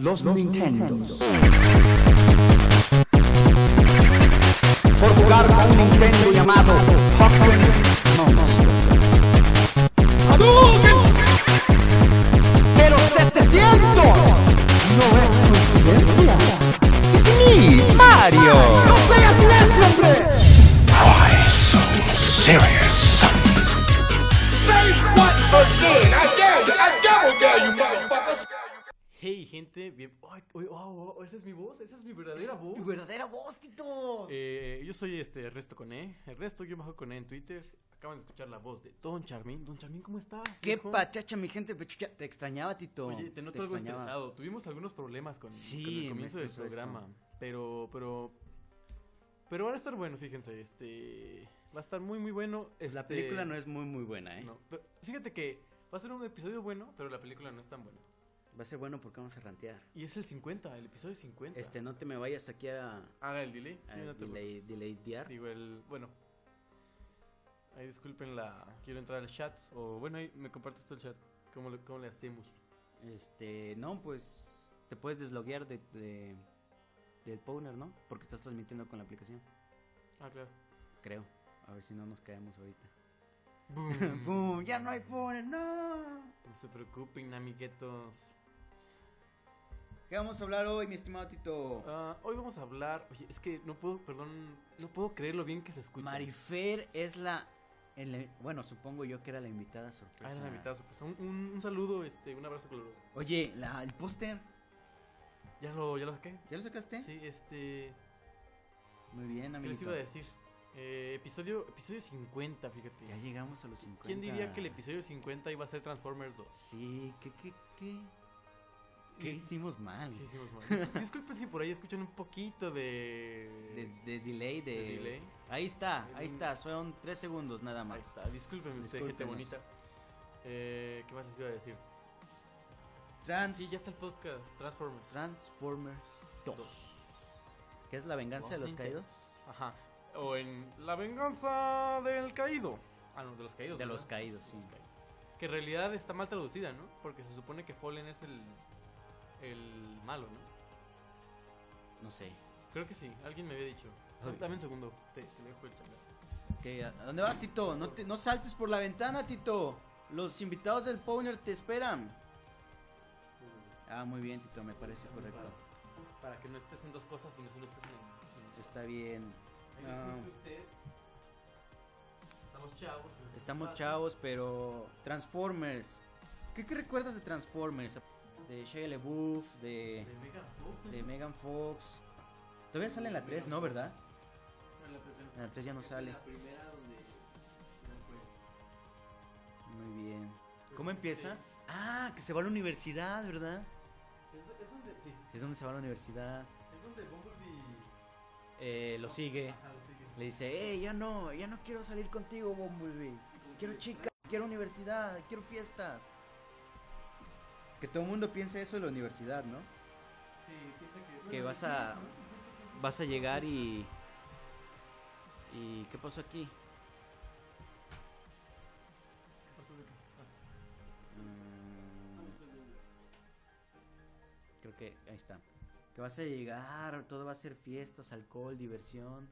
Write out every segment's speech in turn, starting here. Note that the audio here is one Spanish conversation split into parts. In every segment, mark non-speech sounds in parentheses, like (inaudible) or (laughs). los Nintendos. Por jugar con un Nintendo llamado Pokémon Monster. ¡Hadouken! ¡Pero 700! No es coincidencia. It's me, Mario. ¡No seas necio, hombre! Why so serious? Hey gente, bien. Ay, uy, wow, wow, esa es mi voz, esa es mi verdadera voz. Tu verdadera voz, Tito. Eh, yo soy este Ernesto Coné, Ernesto yo bajo Coné en Twitter. Acaban de escuchar la voz de Don Charmín. Don Charmín, ¿cómo estás? Qué viejo? pachacha, mi gente. pechucha. Te extrañaba, Tito. Oye, te noto algo extrañaba. estresado. Tuvimos algunos problemas con, Sí, con el me comienzo del estresó esto. programa, pero pero pero va a estar bueno, fíjense, este va a estar muy muy bueno. La este, película no es muy, muy buena, ¿eh? no, pero fíjate que va a ser un episodio bueno, pero la película no es tan buena. Va a ser bueno porque vamos a rantear. Y es el 50, el episodio 50. Este, no te me vayas aquí a, Haga el delay. a sí, no te delay, preocupes. delatear. Digo, el. Bueno. Ahí disculpen la. Quiero entrar al chat. O bueno, ahí me compartes tú el chat. ¿Cómo le, cómo le hacemos? Este, no, pues te puedes desloguear de, de- del Powner, ¿no? Porque estás transmitiendo con la aplicación, Ah, claro. creo. A ver si no nos caemos ahorita. (laughs) Boom. ¡Bum! ¡Ya no hay Powner! ¡No! No se preocupen, amiguetos. ¿Qué vamos a hablar hoy, mi estimado Tito? Ah, hoy vamos a hablar. Oye, es que no puedo, perdón. No puedo creer lo bien que se escucha. Marifer es la, el- bueno, supongo yo que era la invitada sorpresa. Ah, era la mitad, sorpresa. Un, un- un saludo, este, un abrazo coloroso. Oye, la- el póster, ¿Ya lo, ya lo saqué? ¿ya lo sacaste? Sí, este. Muy bien, ¿Qué amigo. les iba a decir? Eh, episodio, episodio 50, fíjate. Ya llegamos a los 50. ¿Quién diría que el episodio 50 iba a ser Transformers 2? Sí, ¿qué, qué, qué? ¿Qué Y- hicimos mal? ¿Qué hicimos mal? Discul- Disculpen si por ahí escuchan un poquito de... De, de delay, de... De delay. Ahí está, ahí Mm. está, son tres segundos nada Ahí más. está, discúlpenme usted, gente Discúlpenos. bonita. Eh, ¿Qué más les iba a decir? Trans... Sí, ya está el podcast, Transformers. Transformers 2. ¿Qué es la venganza de Dos los Nintendo. caídos? Ajá. O en La venganza del caído. Ah, no, de los caídos. De ¿verdad? los caídos, sí. Que en realidad está mal traducida, ¿no? Porque se supone que Fallen es el... El malo, ¿no? No sé. Creo que sí, alguien me había dicho. Ay. Dame un segundo, te, te dejo el chat. ¿Qué? ¿A dónde vas, Tito? No, te- no saltes por la ventana, Tito. Los invitados del Powner te esperan. Ah, muy bien, Tito, me parece correcto. Para que no estés en dos cosas y no solo estés en. Está bien. en- Ah. Disculpe usted. Estamos chavos. Estamos chavos, pero Transformers. ¿Qué, qué recuerdas de Transformers? De Shia LaBeouf, de, De Mega Fox, de ¿no? Megan Fox. Todavía sale en la 3, ¿no? ¿Verdad? No, en la tres ya no En la 3 ya no sale. La primera donde. donde fue. Muy bien. ¿Cómo empieza? Ah, que se va a la universidad, ¿verdad? Es, es donde. Sí, Es donde se va a la universidad. es donde Bumblebee. Eh, lo sigue. Ah, lo sigue. Le dice, eh, ya no, ya no quiero salir contigo, Bumblebee. Quiero chicas, quiero universidad, quiero fiestas. Que todo el mundo piense eso de la universidad, ¿no? Sí, piensa que. Que bueno, vas sí, a- sí, sí, sí. Vas a llegar y... ¿Y qué pasó aquí? ¿Qué pasó de acá? Ah, Mm, no sé, yo- creo que ahí está. Que vas a llegar, todo va a ser fiestas, alcohol, diversión.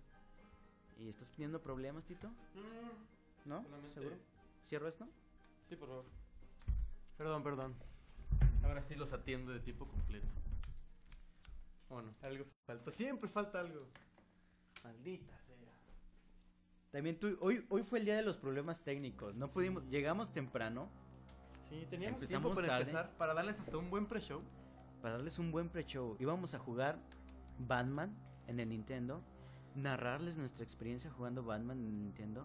¿Y estás teniendo problemas, Tito? No, no, no, no. ¿No? Solamente- ¿Seguro? ¿Cierro esto? Sí, por favor. Perdón, perdón. Ahora sí los atiendo de tiempo completo. Bueno, algo falta. Siempre falta algo. Maldita sea. También tú, hoy, hoy fue el día de los problemas técnicos. No pudimos, llegamos temprano Sí, teníamos Empezamos tiempo para tarde. empezar, para darles hasta un buen pre-show. para darles un buen pre-show. Íbamos a jugar Batman en el Nintendo, narrarles nuestra experiencia jugando Batman en el Nintendo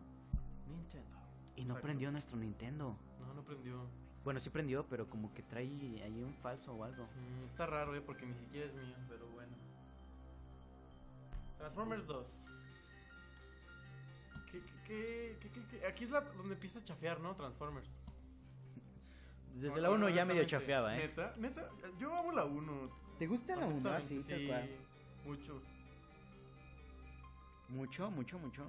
Nintendo. y no Exacto. prendió nuestro Nintendo. No, no prendió. Bueno, sí prendió, pero como que trae ahí un falso o algo. Sí, está raro, eh, porque ni siquiera es mío, pero bueno. Transformers 2. ¿Qué, qué, qué, qué, qué- qué? Aquí es la, donde empieza a chafear, ¿no? Transformers. Desde la 1 ya medio chafeaba, ¿eh? Neta, neta, yo amo la 1. ¿Te gusta la 1 así, Honestamente, tal cual? Mucho. Mucho, mucho, mucho.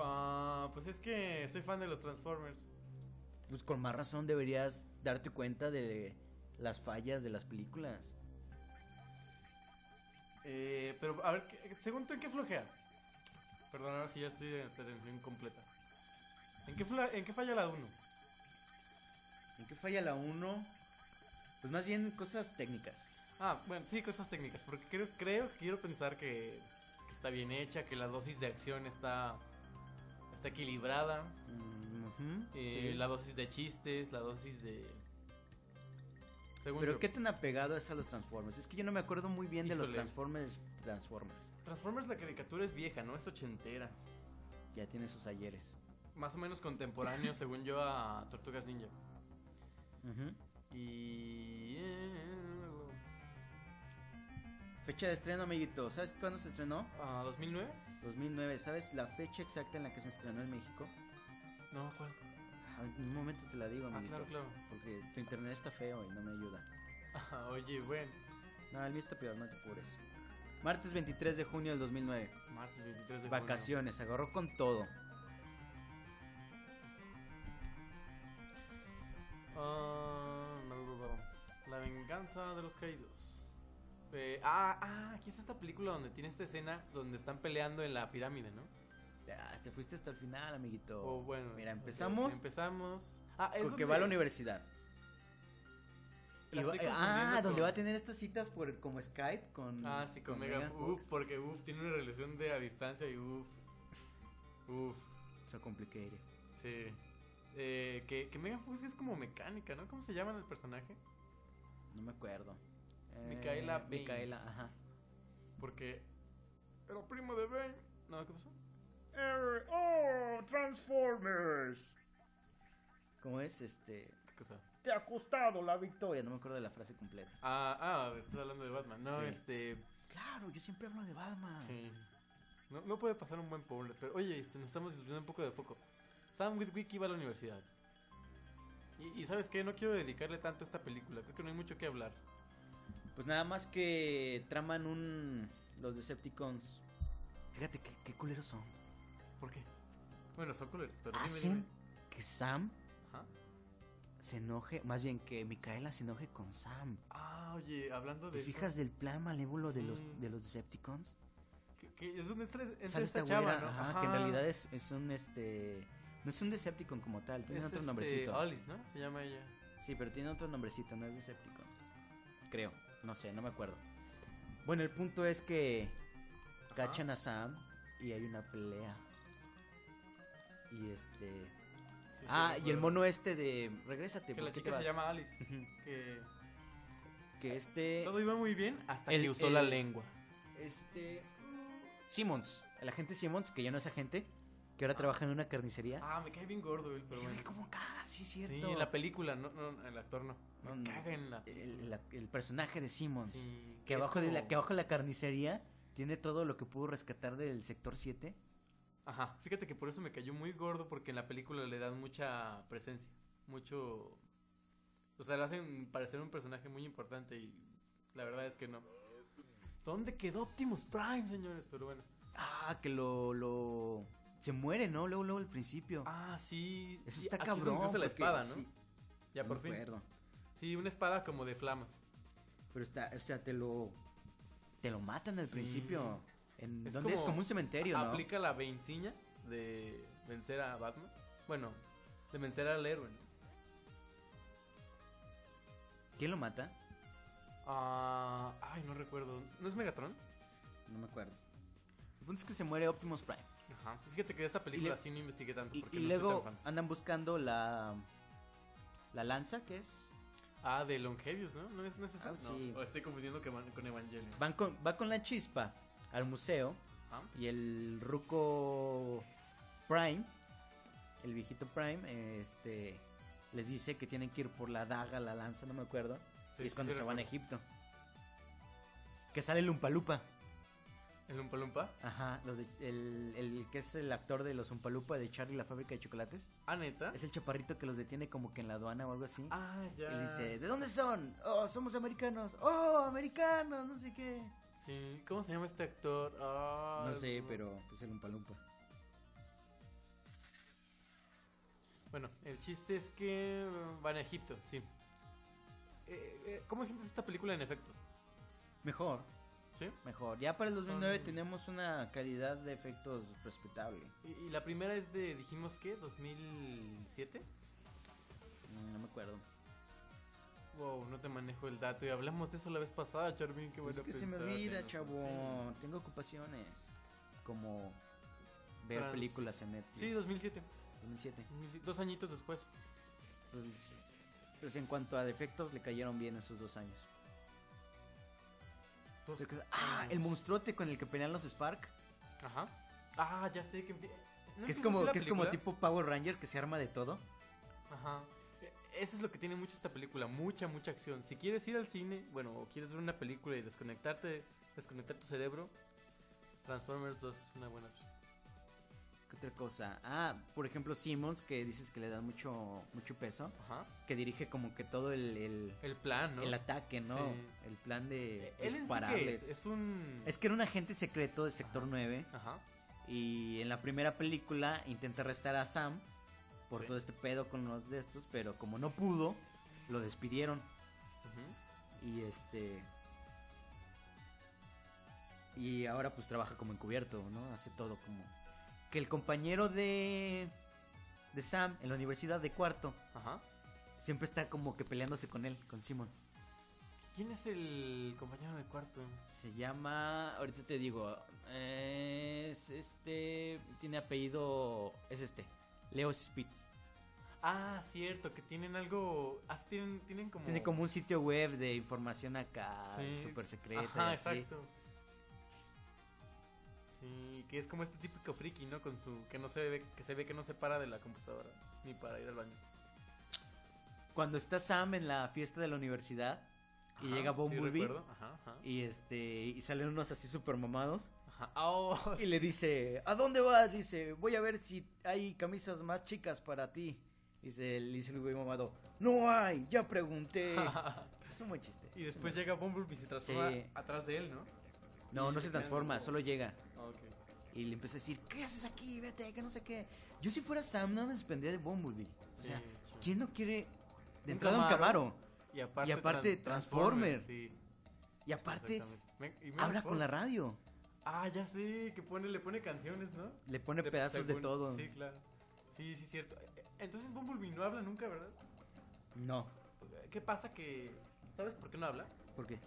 Ah, pues es que soy fan de los Transformers. Pues con más razón deberías darte cuenta de las fallas de las películas. Eh, pero a ver, ¿qué- según tú, ¿en qué flojea? Perdón, ahora sí ya estoy de atención completa. ¿En qué, fla- ¿En qué falla la 1? ¿En qué falla la 1? Pues más bien cosas técnicas. Ah, bueno, sí, cosas técnicas, porque creo, creo quiero pensar que, que está bien hecha, que la dosis de acción está, está equilibrada, Mm, ujú, eh, sí. la dosis de chistes, la dosis de... Según Pero yo. qué tan apegado es a los Transformers. Es que yo no me acuerdo muy bien de los Híjole. Transformers. Transformers. Transformers la caricatura es vieja, ¿no? Es ochentera. Ya tiene sus ayeres. Más o menos contemporáneo, según yo, a Tortugas Ninja. Y... Fecha de estreno, amiguito. ¿Sabes cuándo se estrenó? ah, ¿2009? 2009. ¿Sabes la fecha exacta en la que se estrenó en México? No, ¿cuál? Ah, En un momento te la digo, Ah, amiguito. claro, claro. Porque tu internet está feo y no me ayuda. Ah, (laughs) oye, bueno. No, el mío está peor, no te apures. Martes 23 de junio del 2009. Martes 23 de junio. Vacaciones, agarró con todo. Ah, no, no, no. La venganza de los caídos. Eh, ah, ah, aquí está esta película donde tiene esta escena donde están peleando en la pirámide, ¿no? Ah, te fuiste hasta el final, amiguito. O Oh, bueno. Oh, Mira, ok, empezamos empezamos. Ah, es porque donde- va a la universidad. La Y va- estoy ah, confundiendo donde con- va a tener estas citas por como Skype con. Ah, sí, con, Megan. Megan Uf, Fox. porque Uf tiene una relación de a distancia y Uf. Uf, So complicated. sí. Eh, que, que Megan Fox es como mecánica, ¿no? ¿Cómo se llama el personaje? No me acuerdo. Eh, Micaela Baines. Micaela, ajá. Porque era primo de Bane. No, ¿qué pasó? ¡Oh, Transformers! ¿Cómo es este? ¿Qué cosa? Te ha costado la victoria. Oye, no me acuerdo de la frase completa. Ah, ah, estás hablando de Batman. No, Sí. Ah. este. Claro, yo siempre hablo de Batman. Sí. No, no puede pasar un buen pobre, pero oye, este, nos estamos disminuyendo un poco de foco. Sam Witwick iba a la universidad. Y, y sabes qué, no quiero dedicarle tanto a esta película, creo que no hay mucho que hablar. Pues nada más que traman un. Los Decepticons. Fíjate qué, qué culeros son. ¿Por qué? Bueno, son colores, pero dime, Hacen dime. que Sam Ajá. se enoje, más bien que Micaela se enoje con Sam. Ah, oye, hablando de. ¿Te eso, fijas del plan malévolo de, Sí. los, de los Decepticons? que- que es donde entra, entra Sale esta esta chava, güera, ¿no? ajá, que en realidad es, es un este... No es un Decepticon como tal, tiene Es otro este, nombrecito. Alice, ¿no? Se llama ella. Sí, pero tiene otro nombrecito, no es Decepticon. Creo, no sé, no me acuerdo. Bueno, el punto es que cachan a Sam y hay una pelea. Y este... Sí, sí, me ah, y el acuerdo. mono este de... Regrésate, Que ¿por la qué te chica se vas? llama Alice. que Que este... todo iba muy bien hasta el- que usó el- la lengua. Este. Simmons, el agente Simmons, que ya no es agente, que ahora trabaja en una carnicería. Ah, me cae bien gordo él, pero se bueno. ve como caga, sí, es Sí, cierto. en la película, no, no, el actor no. Me No, no. caga en la. el, la- el personaje de Simmons, Sí, que, es abajo de la, como- que abajo de la carnicería tiene todo lo que pudo rescatar del sector 7. Ajá, fíjate que por eso me cayó muy gordo, porque en la película le dan mucha presencia, mucho. O sea, le hacen parecer un personaje muy importante y la verdad es que no. ¿Dónde quedó Optimus Prime, señores? Pero bueno. Ah, que lo, lo. Se muere, ¿no? Luego, luego al principio. Ah, sí. Eso y está aquí es donde cabrón. usa la porque- espada, ¿no? sí, ya no por me fin. acuerdo. Sí, una espada como de flamas. Pero está, o sea, te lo. Te lo matan al Sí. principio. En, Es ¿Dónde es? como- Como un cementerio, ¿no? Aplica la veintiña de vencer a Batman. Bueno, de vencer al héroe, ¿no? ¿Quién lo mata? Ah, ay, no recuerdo. ¿No es Megatron? No me acuerdo. El punto es que se muere Optimus Prime. Ajá. Fíjate que de esta película le- sí no investigué tanto Y, Ah, porque y no soy luego tan fan. andan buscando la. La lanza, que es? Ah, de Longevius, ¿no? ¿No es, no es esa? Ah, No. sí. O estoy confundiendo que van- con Evangelion. Van con, va con la chispa al museo Ah. y el ruco Prime, el viejito Prime, eh, este. Les dice que tienen que ir por la daga, la lanza, no me acuerdo. Sí, y es sí, cuando sí se van a recuerdo. Egipto. Que sale el Umpalupa. ¿El Lumpa Lumpa? Ajá, los de- el, el que es el actor de los Umpalupa de Charlie la fábrica de chocolates. Ah, neta. Es el chaparrito que los detiene como que en la aduana o algo así. Ah, ya. Y dice, ¿de dónde son? Oh, somos americanos. Oh, americanos, no sé qué. Sí, ¿cómo se llama este actor? Ah, No sé, pero pues es el umpalumpa. Bueno, el chiste es que uh, van a Egipto, sí. Eh, eh, ¿Cómo sientes esta película en efectos? Mejor. ¿Sí? Mejor. Ya para el 2009 tenemos una calidad de efectos respetable. Y, y la primera es de, dijimos que, 2007. Mm, No me acuerdo. Wow, no te manejo el dato. Y hablamos de eso la vez pasada, Charmin. Qué Pues es bueno que se me pensar, olvida, tienes chavo. razón, Tengo ocupaciones. Como ver Trans- películas en Netflix. Sí, Sí, 2007. 2007. 2007, Dos añitos después. Pues, pues en cuanto a defectos, le cayeron bien esos dos años. Dos Es que- ah, años. el monstruote con el que pelean los Spark. Ajá. Ah, ya sé que empie- ¿No Que es, empieza como, así la que es como película? tipo Power Ranger que se arma de todo. Ajá. E- Eso es lo que tiene mucho esta película, mucha, mucha acción. Si quieres ir al cine, bueno, o quieres ver una película y desconectarte, desconectar tu cerebro, Transformers 2 es una buena opción. ¿Qué otra cosa? Ah, por ejemplo, Simmons, que dices que le dan mucho, mucho peso. Ajá. Que dirige como que todo el, el, El plan, ¿no? el ataque, ¿no? Sí. El plan Eh, de Él en sí que dispararles. es, es un... Es que era un agente secreto del sector 9 Ajá. y en la primera película intenta arrestar a Sam por Sí. todo este pedo con los de estos, pero como no pudo, lo despidieron ujú. y este y ahora pues trabaja como encubierto, ¿no? Hace todo como que el compañero de de Sam en la universidad de cuarto Ajá. siempre está como que peleándose con él, con Simmons. ¿Quién es el compañero de cuarto? Se llama, ahorita te digo, eh, es este, tiene apellido, es este, Leo Spitz. Ah, cierto, que tienen algo... Ah, sí, tienen, tienen como... Tiene como un sitio web de información acá, Sí. súper secreta. y Ajá, así. exacto. Sí, que es como este típico friki, ¿no? Con su que no se ve que se ve que no se para de la computadora ni para ir al baño. Cuando está Sam en la fiesta de la universidad y Ajá, llega sí, Bumblebee recuerdo. ajá, ajá. y este, y salen unos así súper mamados Ajá. Ah, oh, y le dice, ¿a dónde vas? Dice, voy a ver si hay camisas más chicas para ti. Dice, le dice el güey mamado, no hay, (laughs) ya pregunté. es un buen chiste. y es un después llega Bumblebee y se transforma Sí. atrás de él, ¿no? No, Y no se se quedan transforma, como- solo llega. Ah, ok. Y le empieza a decir, ¿qué haces aquí? Vete, que no sé qué. Yo si fuera Sam, no me suspendría de Bumblebee. O Sí, sea, sí. ¿quién no quiere Un de entrada un Camaro. Camaro? Y aparte, Y aparte, tran- Transformer. Sí, Y aparte, exactamente. Ven- y ven habla por- con la radio. Ah, ya sé, que pone le pone canciones, ¿no? Le pone De- pedazos de según- todo. Sí, claro. Sí, sí, cierto. Eh, eh, Entonces Bumblebee no habla nunca, ¿verdad? No, ¿Qué pasa que sabes por qué no habla? ¿por qué?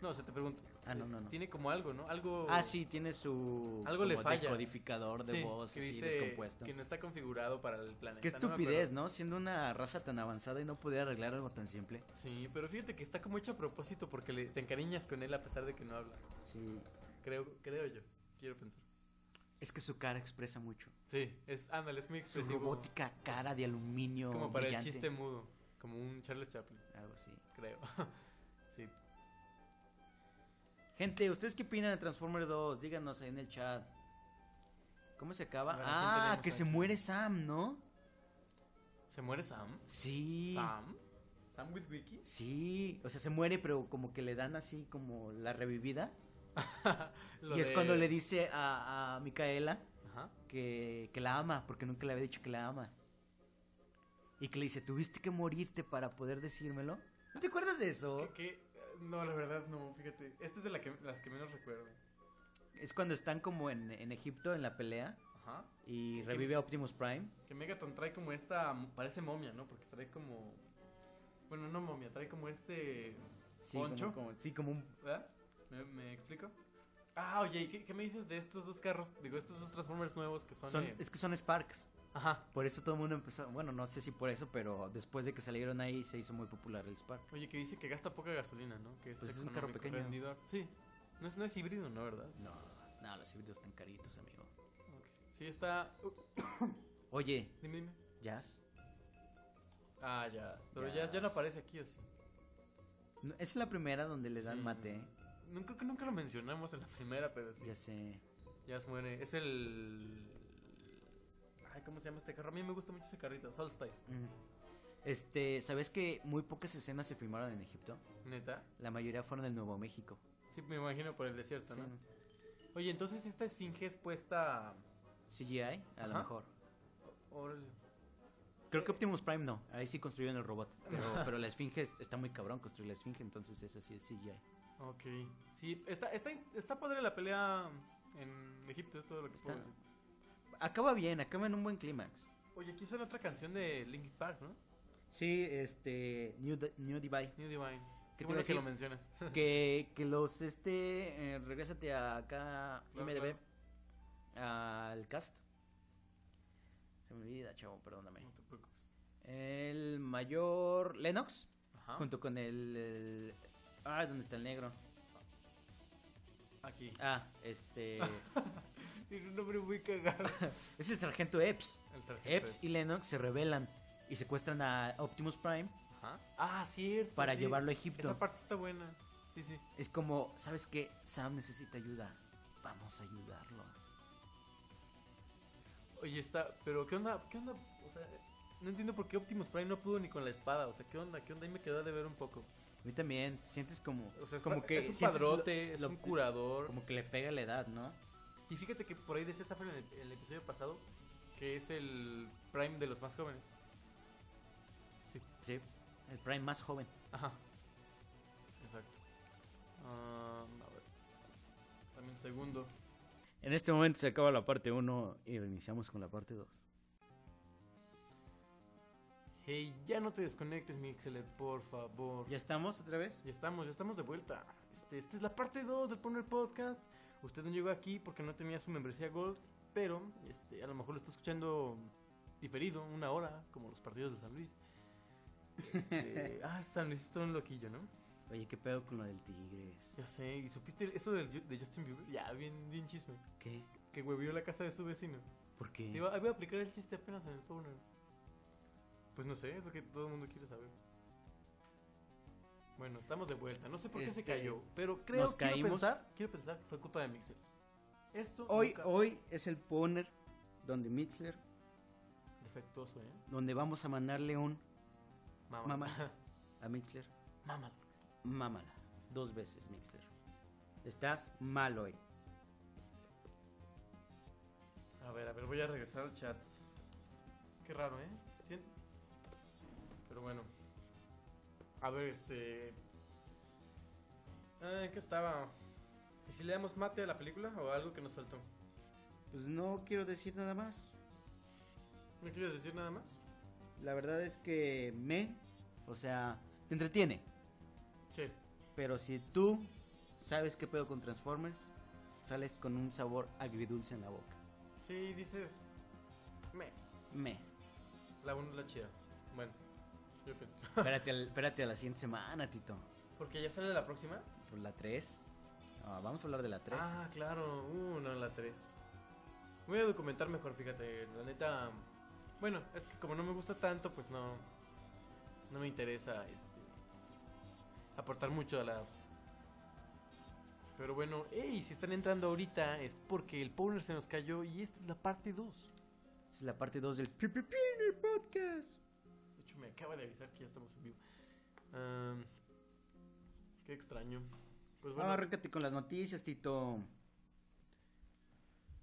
No, se te pregunto. Ah, no, Es- no, no. Tiene como algo, ¿no? Algo. Ah, sí, tiene su Pues, Algo le como falla. decodificador de sí, voz que así dice descompuesto. Que no está configurado para el planeta. Qué no me estupidez, acuerdo. ¿no? Siendo una raza tan avanzada y no poder arreglar algo tan simple. Sí, pero fíjate que está como hecho a propósito porque le- te encariñas con él a pesar de que no habla. Sí. Creo, creo yo. Quiero pensar. Es que su cara expresa mucho. Sí, es, ándale, es muy Su expresivo. robótica cara de Es aluminio. como para brillante. el chiste mudo. Como un Charles Chaplin, Algo así. creo. (laughs) sí. Gente, ¿ustedes qué opinan de Transformer 2? Díganos ahí en el chat. ¿Cómo se acaba? A ver, ¿a quién ah, tenemos que se aquí? muere Sam, ¿no? ¿Se muere Sam? Sí. ¿Sam? ¿Sam Witwicky? Sí, o sea, se muere, pero como que le dan así como la revivida. Lo y es de- cuando le dice a, a Micaela Ajá. que, que la ama, porque nunca le había dicho que la ama. Y que le dice, tuviste que morirte para poder decírmelo. ¿No te acuerdas de eso? ¿Qué- qué? No, la verdad no, fíjate. Esta es de la que, las que menos recuerdo. Es cuando están como en, en Egipto, en la pelea, Ajá. y ¿Qué- revive a Optimus Prime. Que Megatron trae como esta. Parece momia, ¿no? Porque trae como. Bueno, no momia, trae como este. Sí, como- Poncho. como- sí, como un ¿Verdad? ¿Me, me explico? Ah, oye, ¿y qué, qué me dices de estos dos carros? Digo, estos dos Transformers nuevos que son. Son- eh, es que son Sparks. Ajá. Por eso todo el mundo empezó. Bueno, no sé si por eso, pero después de que salieron ahí se hizo muy popular el Spark. Oye, que dice que gasta poca gasolina, ¿no? Que es, Pues es un carro económico, pequeño. rendidor. Sí. No es, no es híbrido, ¿no? ¿Verdad? No, no, los híbridos están caritos, amigo. Ok. Sí, está. uh, Oye, dime, dime. Jazz. Ah, ya. Pero ya, ya no Yas. aparece aquí, ¿o sí? no, esa es la primera donde le dan Sí. mate. ¿eh? Nunca, creo que nunca lo mencionamos en la primera, pero sí. Ya sé. Ya se muere. Es el. Ay, ¿cómo se llama este carro? A mí me gusta mucho ese carrito, Solstice. Mm. Este, ¿sabes que muy pocas escenas se filmaron en Egipto? Neta. La mayoría fueron en Nuevo México. Sí, me imagino por el desierto, Sí. ¿no? Oye, entonces esta esfinge es puesta. CGI, a lo Ajá. mejor. Órale. Creo que Optimus Prime no. Ahí sí construyeron el robot. (laughs) Pero, pero la esfinge es- está muy cabrón construir la esfinge, entonces eso sí es CGI. Ok. Sí, está, está, está padre la pelea en Egipto, es todo lo que Está- puedo decir. Acaba bien, acaba en un buen clímax. Oye, aquí sale otra canción de Linkin Park, ¿no? Sí, este. New, Di- New Divide. New Divine. Qué ¿Qué te iba a bueno que decir? lo mencionas. (laughs) que, que los este eh, regrésate a acá Claro, MDB al cast se me olvida chavo perdóname No te preocupes. el mayor Lennox Ajá. junto con el, el- ah dónde está el negro Aquí. ah este Ah. Tiene un nombre muy cagado. (laughs) es el sargento Epps El sargento Epps y Lennox se rebelan y secuestran a Optimus Prime Ajá. Ah, cierto. para sí. llevarlo a Egipto Esa parte está buena. Sí, sí. es como sabes qué? Sam necesita ayuda vamos a ayudarlo Oye, está. Pero, ¿qué onda? ¿Qué onda? O sea, no entiendo por qué Optimus Prime no pudo ni con la espada. O sea, ¿qué onda? ¿Qué onda? Ahí me quedó de ver un poco. a mí también sientes como O sea, es, como pa- que es un sientes lo- padrote, es lo- un curador. Como que le pega la edad, ¿no? Y fíjate que por ahí decía Zafra en el, en el episodio pasado que es el Prime de los más jóvenes. Sí. El Prime más joven. Ajá. Exacto. Um, a ver. También segundo. En este momento se acaba la parte 1 y reiniciamos con la parte 2. Hey, ya no te desconectes, mi Excelet, por favor. ¿Ya estamos otra vez? Ya estamos, ya estamos de vuelta. Este, esta es la parte 2 del Poner Podcast. Usted no llegó aquí porque no tenía su membresía Gold, pero este, a lo mejor lo está escuchando diferido, una hora, como los partidos de San Luis. Este, ah, San Luis es todo un loquillo, ¿no? Oye, qué pedo con lo del Tigres. Ya sé, ¿y supiste eso del Ju- de Justin Bieber? Ya, bien, bien chisme. ¿Qué? Que huevió la casa de su vecino. ¿Por qué? Iba, iba a aplicar el chiste apenas en el Poner. Pues no sé, es lo que todo el mundo quiere saber. Bueno, estamos de vuelta. No sé por qué se Este, cayó, pero creo nos que quiero caímos. pensar, quiero pensar que fue culpa de Mixer. Esto Hoy, nunca- hoy es el poner donde Mitzler, defectuoso, ¿eh? donde vamos a mandarle un Mamá. (laughs) mamá a Mitzler. Mamá. Mámala. Dos veces, Mitzler. Estás mal hoy. A ver, a ver, voy a regresar al chat. Qué raro, ¿eh? ¿Sí? Pero bueno. A ver, este. Ah, ¿en ¿Qué estaba? ¿Y si le damos mate a la película o algo que nos faltó? Pues no quiero decir nada más. ¿No quieres decir nada más? La verdad es que me, o sea, te entretiene. Sí. Pero si tú sabes qué pedo con Transformers, sales con un sabor agridulce en la boca. Sí, dices. Me. (laughs) Me. La 1 es la chida. Bueno, yo pienso. Espérate, al- espérate a la siguiente semana, Tito. Porque ya sale la próxima. Por la 3. vamos a hablar de la 3. Ah, claro. Uh, no, la 3. Voy a documentar mejor, fíjate. La neta. Bueno, es que como no me gusta tanto, pues no. No me interesa este. Aportar mucho a la. Pero bueno, hey, si están entrando ahorita es porque el powner se nos cayó y esta es la parte 2. Es la parte 2 del Pipipini Podcast. De hecho, me acaba de avisar que ya estamos en vivo. Ah, qué extraño. Pues bueno, Arráncate con las noticias, Tito.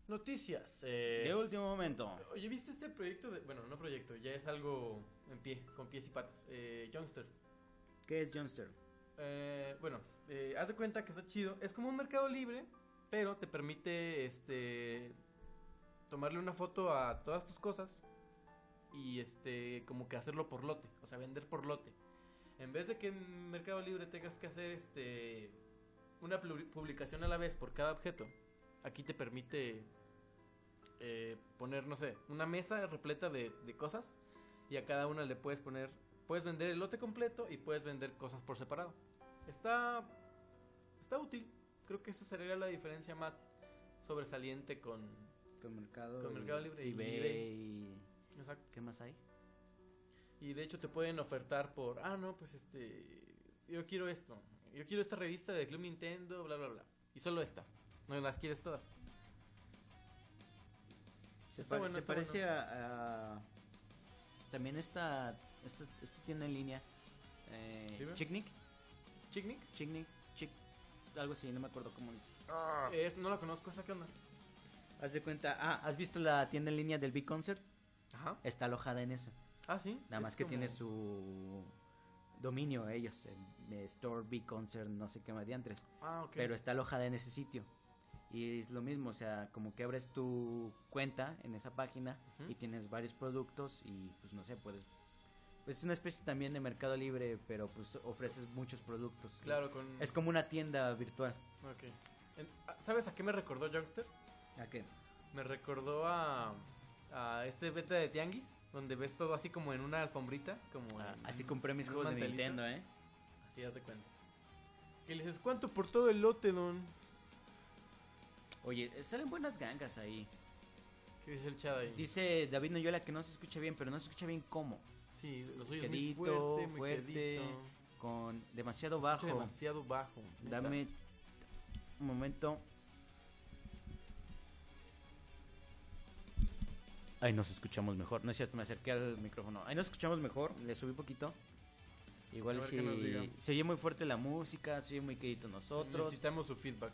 noticias. eh, De último momento. Oye, ¿viste este proyecto? De, bueno, no proyecto, ya es algo en pie, con pies y patas. Eh, Youngster. ¿Qué es Johnster? Eh, bueno, eh, haz de cuenta que está chido. Es como un mercado libre, pero te permite este tomarle una foto a todas tus cosas y este como que hacerlo por lote, o sea, vender por lote. En vez de que en Mercado Libre tengas que hacer este una plu- publicación a la vez por cada objeto, aquí te permite eh, poner, no sé, una mesa repleta de, de cosas y a cada una le puedes poner, puedes vender el lote completo y puedes vender cosas por separado. Está, está útil. Creo que esa sería la diferencia más sobresaliente con... Con Mercado, Con Mercado Libre y eBay. Exacto. ¿Qué más hay? Y de hecho te pueden ofertar por, ah, no, pues este, yo quiero esto, yo quiero esta revista de Club Nintendo, bla, bla, bla. Y solo esta. No las quieres todas. Se, Está pare- bueno, se está parece bueno. a, a- También esta, esta, esta tienda en línea. Eh, Dime. Chicknick. ¿Chicknick? Chicknick. Chick, algo así, no me acuerdo cómo dice. Es, no la conozco, ¿esa qué onda? Haz de cuenta. Ah, ¿has visto la tienda en línea del Big Concert? Ajá. Está alojada en esa. Ah, sí. Nada es más que como- tiene su dominio ellos, el, eh, Store, B, Concert, no sé qué más diantres. Ah, ok. Pero está alojada en ese sitio. Y es lo mismo, o sea, como que abres tu cuenta en esa página Ujú. y tienes varios productos y pues no sé, puedes... Pues es una especie también de mercado libre, pero pues ofreces muchos productos. Claro, con. Es como una tienda virtual. ok. En- ah, ¿Sabes a qué me recordó Youngster? ¿A qué? Me recordó a. A este beta de Tianguis, donde ves todo así como en una alfombrita. como en- Ah, así compré mis un juegos de mantelito. Nintendo, ¿eh? Así, haz de cuenta. Y le dices, ¿cuánto por todo el lote, don? Oye, eh, salen buenas gangas ahí. ¿Qué dice el chat ahí? Dice David Noyola que no se escucha bien, pero no se escucha bien cómo. sí, lo suyo es muy Quedito, fuerte, muy fuerte, quedito. Con demasiado Se escucha bajo. Demasiado bajo. ¿Neta? Dame un momento. Ahí nos escuchamos mejor. No es cierto, me acerqué al micrófono. Ahí nos escuchamos mejor. Le subí poquito. A Igual ver si qué nos digan. se oye muy fuerte la música, se oye muy querido nosotros. Necesitamos su feedback.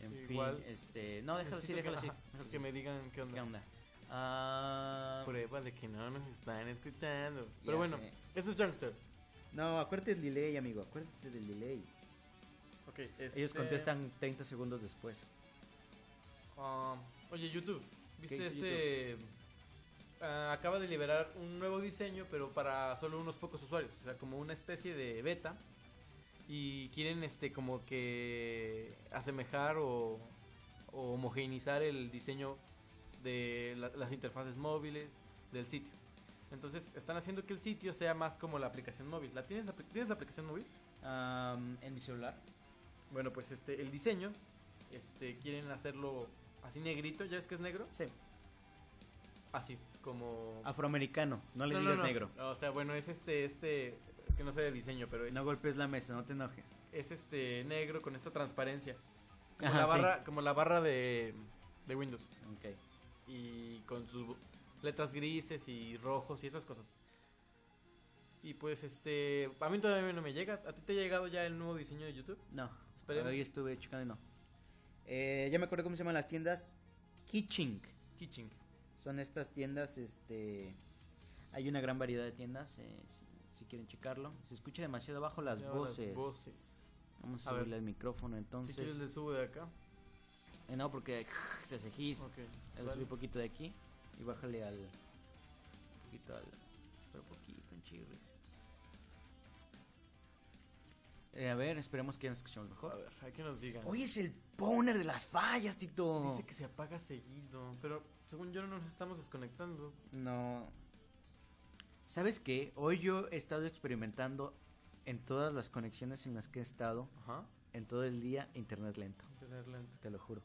en fin, Igual. este, no, déjalo así, Necesito que- déjalo así. ajá, (laughs) déjalo Que así. me digan qué onda. ¿Qué onda? Ah, Prueba de que no nos están escuchando. Ya Pero bueno, sé. eso es Youngster. no, acuérdate del delay, amigo, acuérdate del delay. Ok, este, Ellos contestan 30 segundos después. um, oye, YouTube, ¿viste hizo este? ah, acaba de liberar un nuevo diseño, pero para solo unos pocos usuarios. O sea, como una especie de beta. Y quieren, este, como que asemejar o, o homogeneizar el diseño de la- las interfaces móviles del sitio. Entonces, están haciendo que el sitio sea más como la aplicación móvil. ¿La tienes, la apli- ¿Tienes la aplicación móvil? Am, Ah, en mi celular. Bueno, pues este, el diseño, este, quieren hacerlo así negrito, ¿ya ves que es negro? Sí. Así, como... Afroamericano, no le No, no, digas no. negro. O sea, bueno, es este, este, que no sé de diseño, pero es, No golpes la mesa, no te enojes. es este negro con esta transparencia. Como, Ajá, la, sí. barra, como la barra de, de Windows. Ok. Y con sus letras grises y rojos y esas cosas. Y pues este, a mí todavía no me llega. ¿A ti te ha llegado ya el nuevo diseño de YouTube? No, Esperen. hoy estuve checando y no. Eh, ya me acuerdo cómo se llaman las tiendas. Kitching. Kitching. Son estas tiendas, este... Hay una gran variedad de tiendas, eh, si, si quieren checarlo. Se escucha demasiado bajo las Ya, voces. voces. Vamos A a, ver. subirle el micrófono, Si quieres entonces. le subo de acá. Eh, no, porque (laughs) se cejiza. Ok. Le vale. subí un poquito de aquí y bájale al. Un poquito al. Pero poquito en chirris. Eh, a ver, esperemos que ya nos escuchemos A mejor. ver, hay que nos digan. Hoy es el poner de las fallas, Tito. Dice que se apaga seguido, pero según yo no nos estamos desconectando. No. ¿Sabes qué? Hoy yo he estado experimentando en todas las conexiones en las que he estado, Ajá. en todo el día, internet lento. Tener lento. Te lo juro.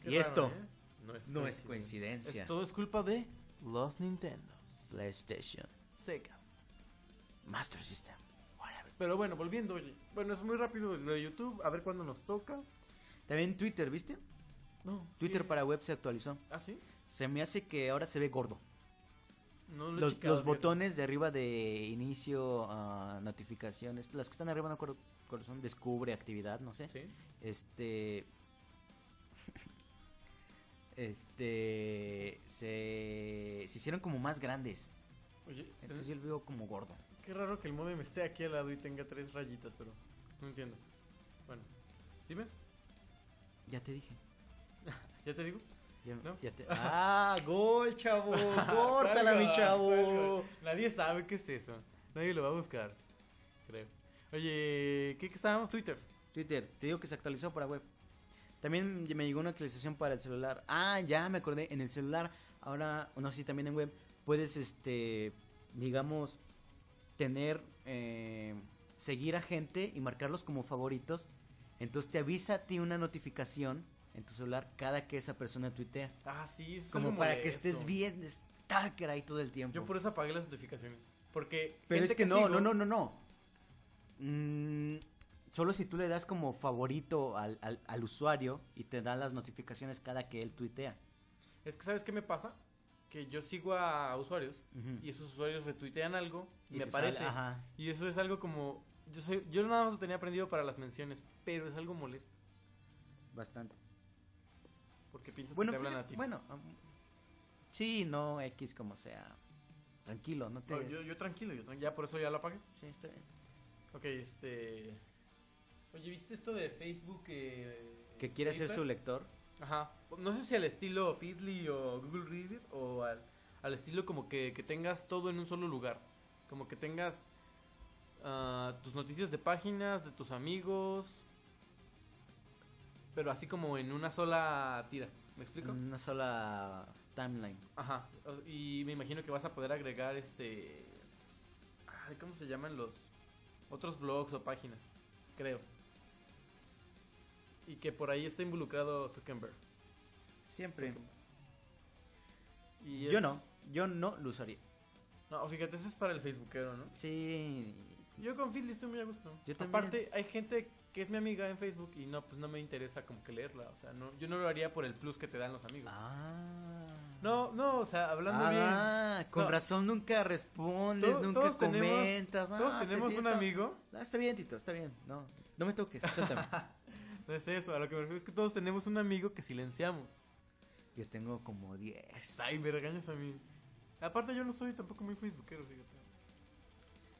Qué y esto ¿eh? no es no es coincidencia. Es- todo es culpa de los Nintendos, PlayStation, secas. Master System. Pero bueno, volviendo, oye. Bueno, es muy rápido lo de YouTube, a ver cuándo nos toca. También Twitter, ¿viste? No. Twitter ¿qué? para web se actualizó. ¿Ah, sí? Se me hace que ahora se ve gordo. No lo he Los, checado, los fíjate. botones de arriba de inicio, ah, notificaciones, las que están arriba, no acuerdo cuáles son, descubre, actividad, no sé. Sí. Este. (laughs) Este. Se, se hicieron como más grandes. Oye, Entonces yo lo veo como gordo. Qué raro que el modem esté aquí al lado y tenga tres rayitas, pero no entiendo. Bueno, dime, Ya te dije. ¿ya te digo? Ya- ¿No? ya (laughs) te- ¡Ah! ¡Gol, chavo! ¡Córtala, Salga, mi chavo! salga. Ah, Nadie sabe qué es eso. Nadie lo va a buscar, creo. Oye, ¿qué, qué estábamos? Twitter. Twitter, te digo que se actualizó para web. También ya me llegó una actualización para el celular. Ah, ya me acordé, en el celular, ahora, no sé si también en web, puedes, este, digamos, tener, eh, seguir a gente y marcarlos como favoritos. Entonces te avisa a ti una notificación en tu celular cada que esa persona tuitea. Ah, sí, eso es Como algo para que molesto. estés bien, stalker ahí todo el tiempo. Yo por eso apagué las notificaciones. Porque. Pero es gente que, no, sigo- no, no, no, no. Mm, solo si tú le das como favorito al, al- al usuario y te dan las notificaciones cada que él tuitea. Es que, ¿sabes qué me pasa? Que yo sigo a usuarios Ujú. y esos usuarios retuitean algo y, me te sale- aparece. ajá. Y eso es algo como. Yo, soy, yo nada más lo tenía aprendido para las menciones, pero es algo molesto. Bastante. ¿Por porque piensas Bueno, que te hablan fíjate- a ti. bueno. um, sí, no, X como sea. Tranquilo, no te. No, yo, yo tranquilo, yo tranquilo. Ya por eso ya la apagué. Sí, está bien. Ok, este. Oye, ¿viste esto de Facebook? eh, Que quiere ser su Twitter? lector. Ajá. No sé si al estilo Feedly o Google Reader o al, al estilo como que, que tengas todo en un solo lugar. Como que tengas ah, tus noticias de páginas, de tus amigos. Pero así como en una sola tira. ¿Me explico? en Una sola timeline. Ajá. o- Y me imagino que vas a poder agregar este. ay, ¿Cómo se llaman los otros blogs o páginas? Creo. Y que por ahí está involucrado Zuckerberg. Siempre. Y Yo es- no, yo no lo usaría. No, fíjate, ese es para el facebookero, ¿no? Sí. Yo con Philly estoy muy a gusto. Yo también. Aparte, hay gente que es mi amiga en Facebook y no, pues no me interesa como que leerla. O sea, no, yo no lo haría por el plus que te dan los amigos. Ah. No, no, o sea, hablando bien. Ah, con No. razón nunca respondes, to- nunca comentas. ah, todos te tenemos un tienes a- amigo. Ah, está bien, Tito, está bien. No, no me toques, (laughs) suéltame. No es eso, a lo que me refiero es que todos tenemos un amigo que silenciamos. Yo tengo como 10. Ay, me regañas a mí. Aparte, yo no soy tampoco muy facebookero, fíjate.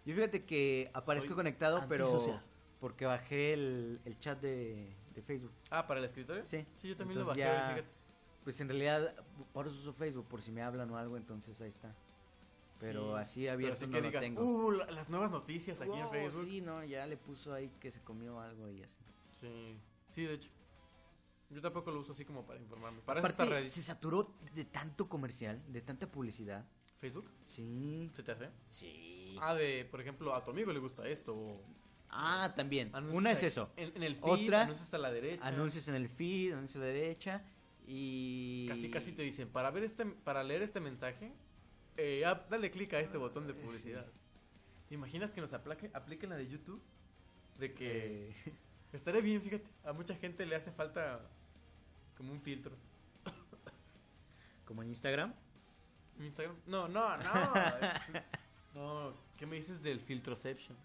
Yo fíjate que aparezco Soy conectado, pero antisocial. porque bajé el, el chat de, de Facebook. Ah, ¿para el escritorio? Sí. Sí, yo también Entonces lo bajé, ya- fíjate. Pues en realidad, por eso uso Facebook, por si me hablan o algo, entonces ahí está. Pero Sí, así abierto Pero así no que lo digas, tengo. uh, la- las nuevas noticias aquí en Wow, Facebook. Sí, no, ya le puso ahí que se comió algo y así. Sí, sí, de hecho. Yo tampoco lo uso así como para informarme. Para eso está Aparte, Reddit. se saturó de tanto comercial, de tanta publicidad. ¿Facebook? Sí. ¿Se te hace? Sí. Ah, de, por ejemplo, a tu amigo le gusta esto. o Ah, también. anuncios Una es ahí- eso. En, en el feed, Otra, anuncios a la derecha. Anuncios en el feed, anuncios a la derecha y... Casi, casi te dicen, para ver este, para leer este mensaje, eh, ah, dale clic a este botón de sí. publicidad. ¿Te imaginas que nos aplaque, apliquen la de YouTube? De que Eh, (laughs) estaría bien, fíjate. A mucha gente le hace falta como un filtro. Como en Instagram. ¿En Instagram? No, no, no. es- no, ¿qué me dices del filtroception?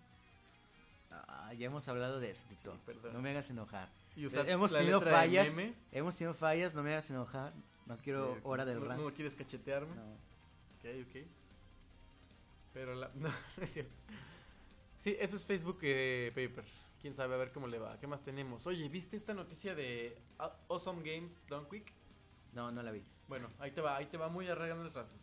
Ah, ya hemos hablado de eso, Tito. Sí, perdón. no me hagas enojar. Y usar hemos la tenido letra del fallas. meme. Hemos tenido fallas, no me hagas enojar. No quiero Eh, hora del no, rango. ¿No quieres cachetearme? No. Ok, ok. Pero la... (laughs) No, no es cierto. Sí, eso es Facebook eh, Paper. Quién sabe, a ver cómo le va. ¿Qué más tenemos? Oye, ¿viste esta noticia de A- Awesome Games Done Quick? no, no la vi. Bueno, ahí te va, ahí te va muy arreglando los rasgos.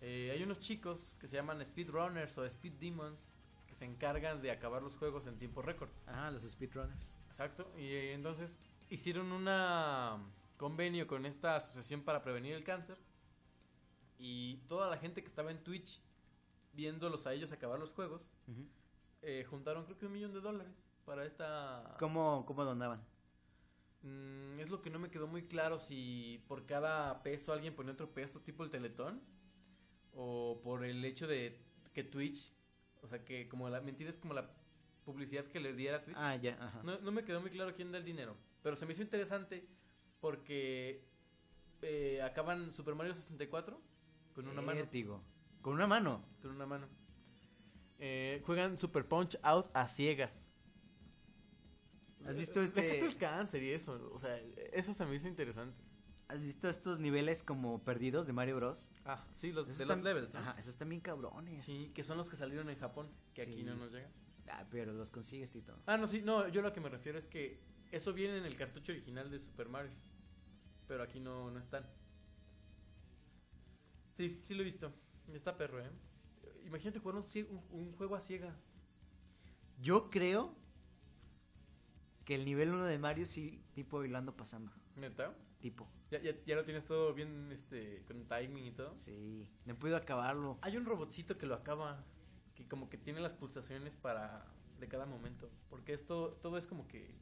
Eh, hay unos chicos que se llaman Speedrunners o Speed Demons que se encargan de acabar los juegos en tiempo récord. Ah, los speedrunners. Exacto. Y eh, entonces hicieron una mm, convenio con esta asociación para prevenir el cáncer. Y toda la gente que estaba en Twitch viéndolos a ellos acabar los juegos, Ujú. eh, juntaron creo que un millón de dólares para esta... Ah. ¿Cómo, ¿Cómo donaban? Mm, es lo que no me quedó muy claro si por cada peso alguien ponía otro peso, tipo el teletón, o por el hecho de que Twitch, o sea que como la mentira es como la publicidad que le diera Twitch. Ah, ya, ajá. No, no me quedó muy claro quién da el dinero. Pero se me hizo interesante porque eh, acaban Super Mario 64 con una mano. Vértigo. Eh, Con una mano. Con una mano. Eh, juegan Super Punch Out a ciegas. Eh, ¿Has visto Deja tú el este, cáncer y eso. O sea, eso se me hizo interesante. ¿Has visto estos niveles como perdidos de Mario Bros? Ah, sí, los, Esos de los están- levels. ¿no? Ajá, esos están bien cabrones. Sí, que son los que salieron en Japón, que aquí Sí. no nos llegan. Ah, pero los consigues, Tito. Ah, no, sí, no, yo lo que me refiero es que eso viene en el cartucho original de Super Mario. Pero aquí no, no están. Sí, sí lo he visto. Está perro, ¿eh? Imagínate jugar un, cie- un- un juego a ciegas. Yo creo que el nivel 1 de Mario sí, tipo, y lo ando pasando. ¿Neta? Tipo, Ya, ya, ya lo tienes todo bien, este, con timing y todo. sí. No puedo acabarlo. Hay un robotcito que lo acaba, que como que tiene las pulsaciones para... de cada momento. Porque esto, todo es como que...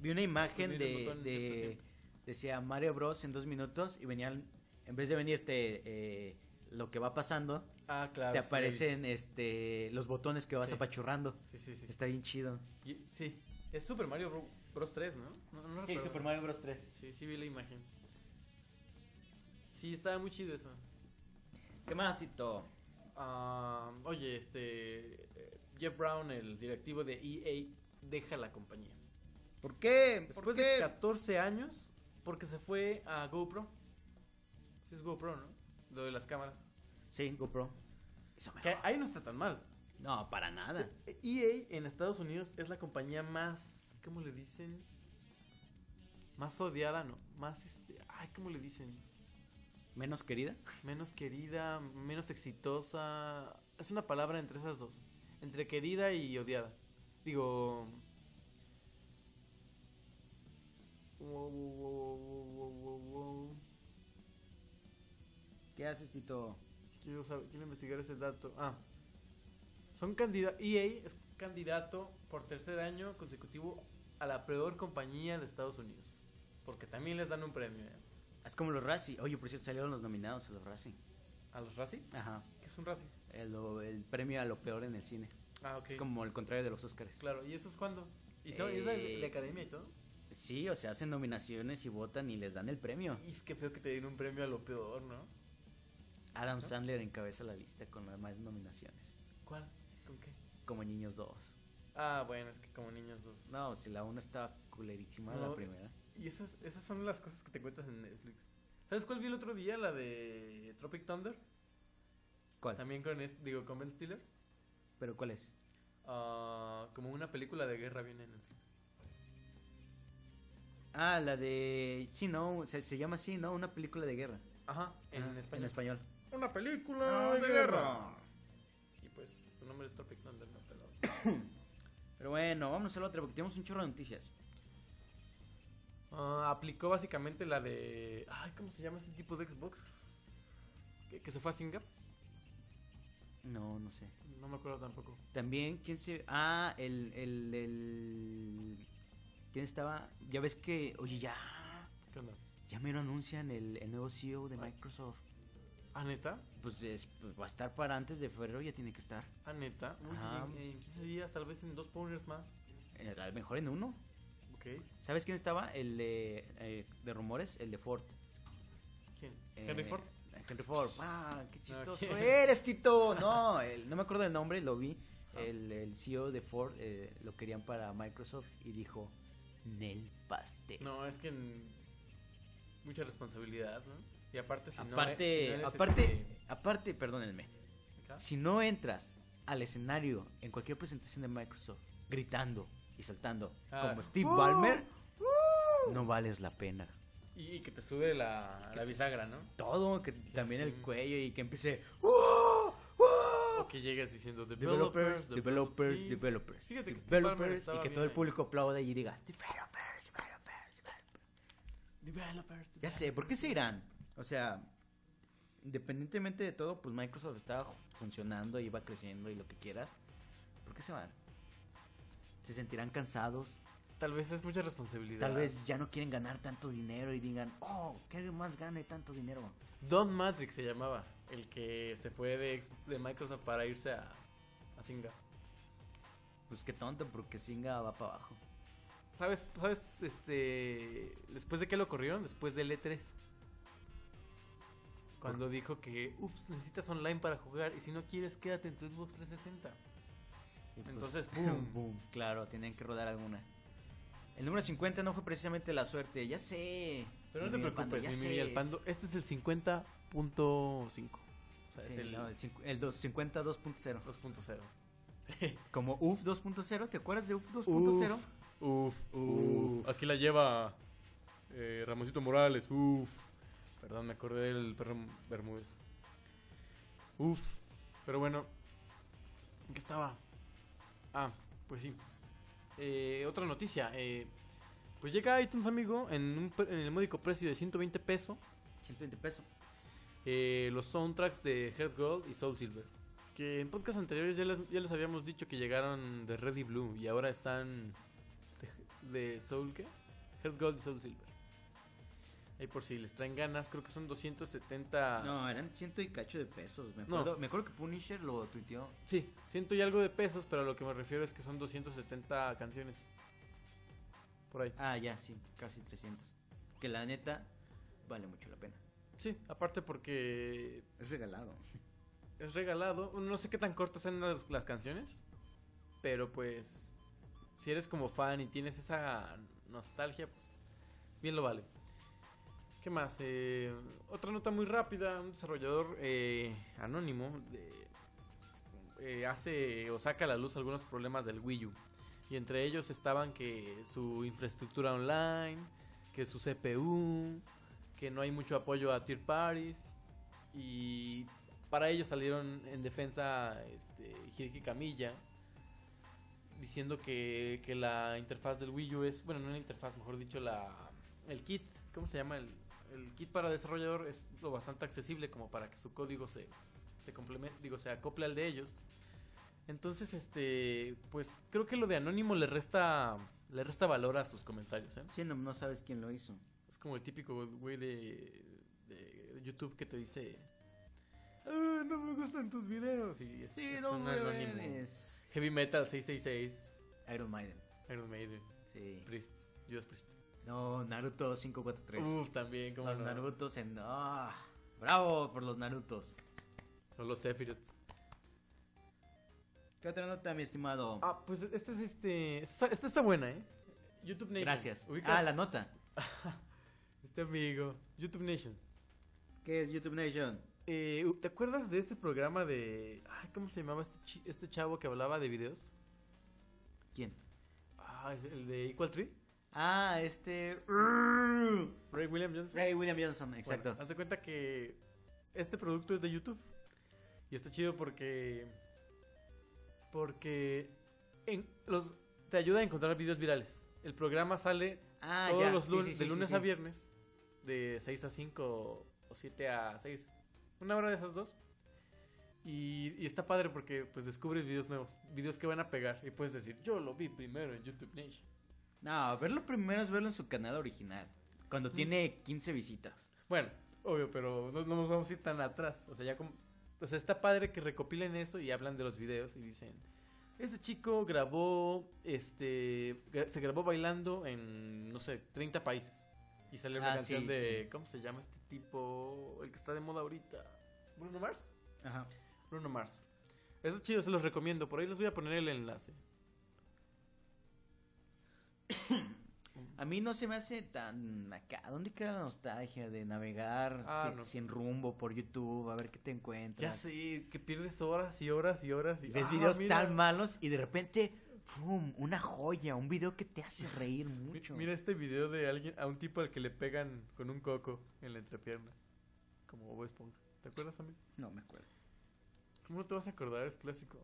Vi una imagen Oprimir el de, botón en cierto de- tiempo. decía Mario Bros en dos minutos y venían, en vez de venirte eh, lo que va pasando, Ah, claro. te sí lo he visto. aparecen este los botones que vas Sí. apachurrando. Sí, sí, sí. Está bien chido. Y- sí, es Super Mario Bro- Bros 3, ¿no? No- no recuerdo. Mario Bros 3. Sí, sí vi la imagen. Sí, estaba muy chido eso. ¿Qué más, Tito? Ah, oye, este eh, Jeff Brown, el directivo de EA, deja la compañía. ¿Por qué? Después de 14 años Porque se fue a GoPro. Sí es GoPro, ¿no? Lo de las cámaras. Sí, GoPro. Eso me Que ahí no está tan mal. No, para nada. EA en Estados Unidos es la compañía más, ¿cómo le dicen? Más odiada, ¿no? Más, este, ay, ¿cómo le dicen? Menos querida. Menos querida, menos exitosa. Es una palabra entre esas dos. Entre querida y odiada. Digo... wow, wow, wow, wow, wow, wow. ¿Qué haces, Tito? Quiero, saber- quiero investigar ese dato. Ah. Son candidato. EA es candidato por tercer año consecutivo a la peor compañía de Estados Unidos. Porque también les dan un premio. ¿eh? Es como los Razzie. Oye, por cierto, salieron los nominados a los Razzie. ¿A los Razzie? Ajá. ¿Qué es un Razzie? El, lo- el premio a lo peor en el cine. Ah, ok. Es como el contrario de los Oscars. Claro, ¿y eso es cuándo? ¿Y son- es de, Eh. de academia y todo? Sí, o sea, hacen nominaciones y votan y les dan el premio. Y es que feo que te den un premio a lo peor, ¿no? Adam Sandler encabeza la lista con las más nominaciones. ¿Cuál? ¿Con qué? Como Niños 2. Ah, bueno, es que como niños dos. No, si la 1 estaba culerísima No. la primera. Y esas, esas son las cosas que te cuentas en Netflix. ¿Sabes cuál vi el otro día? La de Tropic Thunder. ¿Cuál? También con, es, digo, con Ben Stiller. ¿Pero cuál es? Ah, como una película de guerra viene en Netflix. Ah, la de... Sí, no, se, se llama así, ¿no? Una película de guerra. Ajá, en Ah, español. Ah. En español. Una película No, Ah, de guerra. Y pues su nombre es Tropic Thunder, no, pero... Pero bueno, vámonos a la otra porque tenemos un chorro de noticias. Ah, aplicó básicamente la de... Ay, ¿cómo se llama ese tipo de Xbox? Que, que se fue a Singer. No, no sé. No me acuerdo tampoco. También, ¿quién se...? Ah, el, el, el... ¿Quién estaba? Ya ves que... Oye, ya... ¿Qué onda? Ya me lo anuncian el, el nuevo CEO de Microsoft. ¿Ah, neta? Pues, es- pues va a estar para antes de febrero, ya tiene que estar. ¿Ah, neta? Uy, Ajá. en, en 15 días, tal vez en dos poners más. Eh, A lo mejor en uno. Ok. ¿Sabes quién estaba? El de, eh, de rumores, el de Ford. ¿Quién? Eh, ¿Henry Ford? Henry Ford. ¡Ah, qué chistoso Ok. eres, Tito! (laughs) No, el- no me acuerdo del nombre, lo vi. Ah. El, el CEO de Ford eh, lo querían para Microsoft y dijo, Nel Pastel. No, es que... en- Mucha responsabilidad, ¿no? Y aparte, si no... aparte, si no eres, aparte, este, aparte, perdónenme. acá. Si no entras al escenario en cualquier presentación de Microsoft gritando y saltando Ah. como Steve Ballmer, no vales la pena. Y, y que te sube la, la bisagra, ¿no? Todo, que también el sí. cuello y que empiece uh, O que llegues diciendo developers, developers, sí. developers, Fíjate que Steve Ballmer developers y estaba que bien todo el ahí. público aplauda y diga developers, developers, developers. Developers, Ya sé, ¿por qué se irán? O sea, independientemente de todo, pues Microsoft estaba funcionando, iba creciendo y lo que quieras. ¿Por qué se van? Se sentirán cansados, Tal vez es mucha responsabilidad. Tal vez ya no quieren ganar tanto dinero y digan, oh, que alguien más gane tanto dinero. Don Matrix se llamaba, el que se fue de, ex- de Microsoft para irse a, a Singa. Pues qué tonto, porque Singa va para abajo. ¿Sabes, ¿Sabes este después de qué lo corrieron? Después del E3. Cuando dijo que, ups, necesitas online para jugar y si no quieres, quédate en tu Xbox 360. Y pues, (laughs) Entonces, boom, ¡pum! boom. Claro, tienen que rodar alguna. El número 50 no fue precisamente la suerte, ya sé. Pero no te Mi Miguel Pando, preocupes, ya mi sé. Miguel Pando. Este es el 50.5. O sea, Sí, es el no, el, cincu- el dos- 50 2.0. 2.0. Como UF 2.0, ¿te acuerdas de UF 2.0? Uf, uf. Aquí la lleva eh, Ramoncito Morales. Uf. Perdón, me acordé del perro Bermúdez. Uf. Pero bueno. ¿En qué estaba? Ah, pues sí. Eh, otra noticia. eh, pues llega iTunes, amigo, en, un pre- en el módico precio de 120 pesos. 120 pesos. eh, los soundtracks de Heart Gold y Soul Silver. Que en podcast anteriores ya les, ya les habíamos dicho que llegaron de Red y Blue y ahora están de, de Soul, ¿qué? Heart Gold y Soul Silver. Ahí por si les traen ganas, creo que son 270... No, eran ciento y cacho de pesos. Me No. acuerdo, me acuerdo que Punisher lo tuiteó. Sí, ciento y algo de pesos, pero a lo que me refiero es que son 270 canciones. Por ahí. Ah, ya, sí, casi 300. Que la neta vale mucho la pena. Sí, aparte porque Es regalado. es regalado. No sé qué tan cortas sean las, las canciones, pero pues si eres como fan y tienes esa nostalgia, pues bien lo vale. ¿Qué más? Eh, otra nota muy rápida. Un desarrollador eh, anónimo de- eh, hace o saca a la luz algunos problemas del Wii U. Y entre ellos estaban que su infraestructura online, que su CPU, que no hay mucho apoyo a tier parties. Y para ello salieron en defensa este, Hideki Kamiya diciendo que, que la interfaz del Wii U es, bueno, no la interfaz, mejor dicho, la el kit, ¿cómo se llama? El, el kit para desarrollador es lo bastante accesible como para que su código se, se complemente, digo, se acople al de ellos. Entonces, este, pues creo que lo de anónimo le resta le resta valor a sus comentarios, ¿eh? Sí, no, no sabes quién lo hizo. Es como el típico güey de, de YouTube que te dice, "Ah, no me gustan tus videos. Y es, es un anónimo. Es Heavy Metal 666, Iron Maiden. Iron Maiden, Sí. Priest, Judas Priest. No, Naruto 543. Uf, también, como los Narutos en. ah, ¡Bravo por los Narutos! O los Sephiroths. ¿Qué otra nota, mi estimado? Ah, pues esta es este. Esta, esta está buena, ¿eh? YouTube Nation. Gracias. ¿Ubicas Ah, la nota. Este amigo. YouTube Nation. ¿Qué es YouTube Nation? Eh, ¿Te acuerdas de este programa de. Ay, ¿cómo se llamaba este, chi- este chavo que hablaba de videos? ¿Quién? Ah, es el de Equal Tree. Ah, este. Ray William Johnson. Ray William Johnson, exacto. Bueno, haz de cuenta que este producto es de YouTube. Y está chido porque. Porque. en- los, te ayuda a encontrar videos virales. El programa sale ah, todos ya. los sí, lunes, sí, sí, de sí, lunes sí. a viernes, de 6 a 5 o 7 a 6. Una hora de esas dos. Y, y está padre porque pues descubres videos nuevos, videos que van a pegar. Y puedes decir, yo lo vi primero en YouTube Nation. No, verlo primero es verlo en su canal original. Cuando tiene 15 visitas. Bueno, obvio, pero no, no nos vamos a ir tan atrás. O sea, ya como- o sea, está padre que recopilen eso y hablan de los videos y dicen, este chico grabó, este, gra- se grabó bailando en, no sé, 30 países. Y sale una Ah, canción sí, de, ¿cómo se llama este tipo? El que está de moda ahorita. Bruno Mars. Ajá. Bruno Mars. Eso es chido, se los recomiendo. Por ahí les voy a poner el enlace. A mí no se me hace tan acá. ¿Dónde queda la nostalgia de navegar Ah, sin, no. sin rumbo por YouTube? A ver qué te encuentras. Ya sé, que pierdes horas y horas y horas. Y Y ves Ah, videos mira. tan malos y de repente, ¡fum! Una joya, un video que te hace reír Mi- mucho. Mira este video de alguien, a un tipo al que le pegan con un coco en la entrepierna. Como Bob Esponja. ¿Te acuerdas a mí? No me acuerdo. ¿Cómo no te vas a acordar? Es clásico.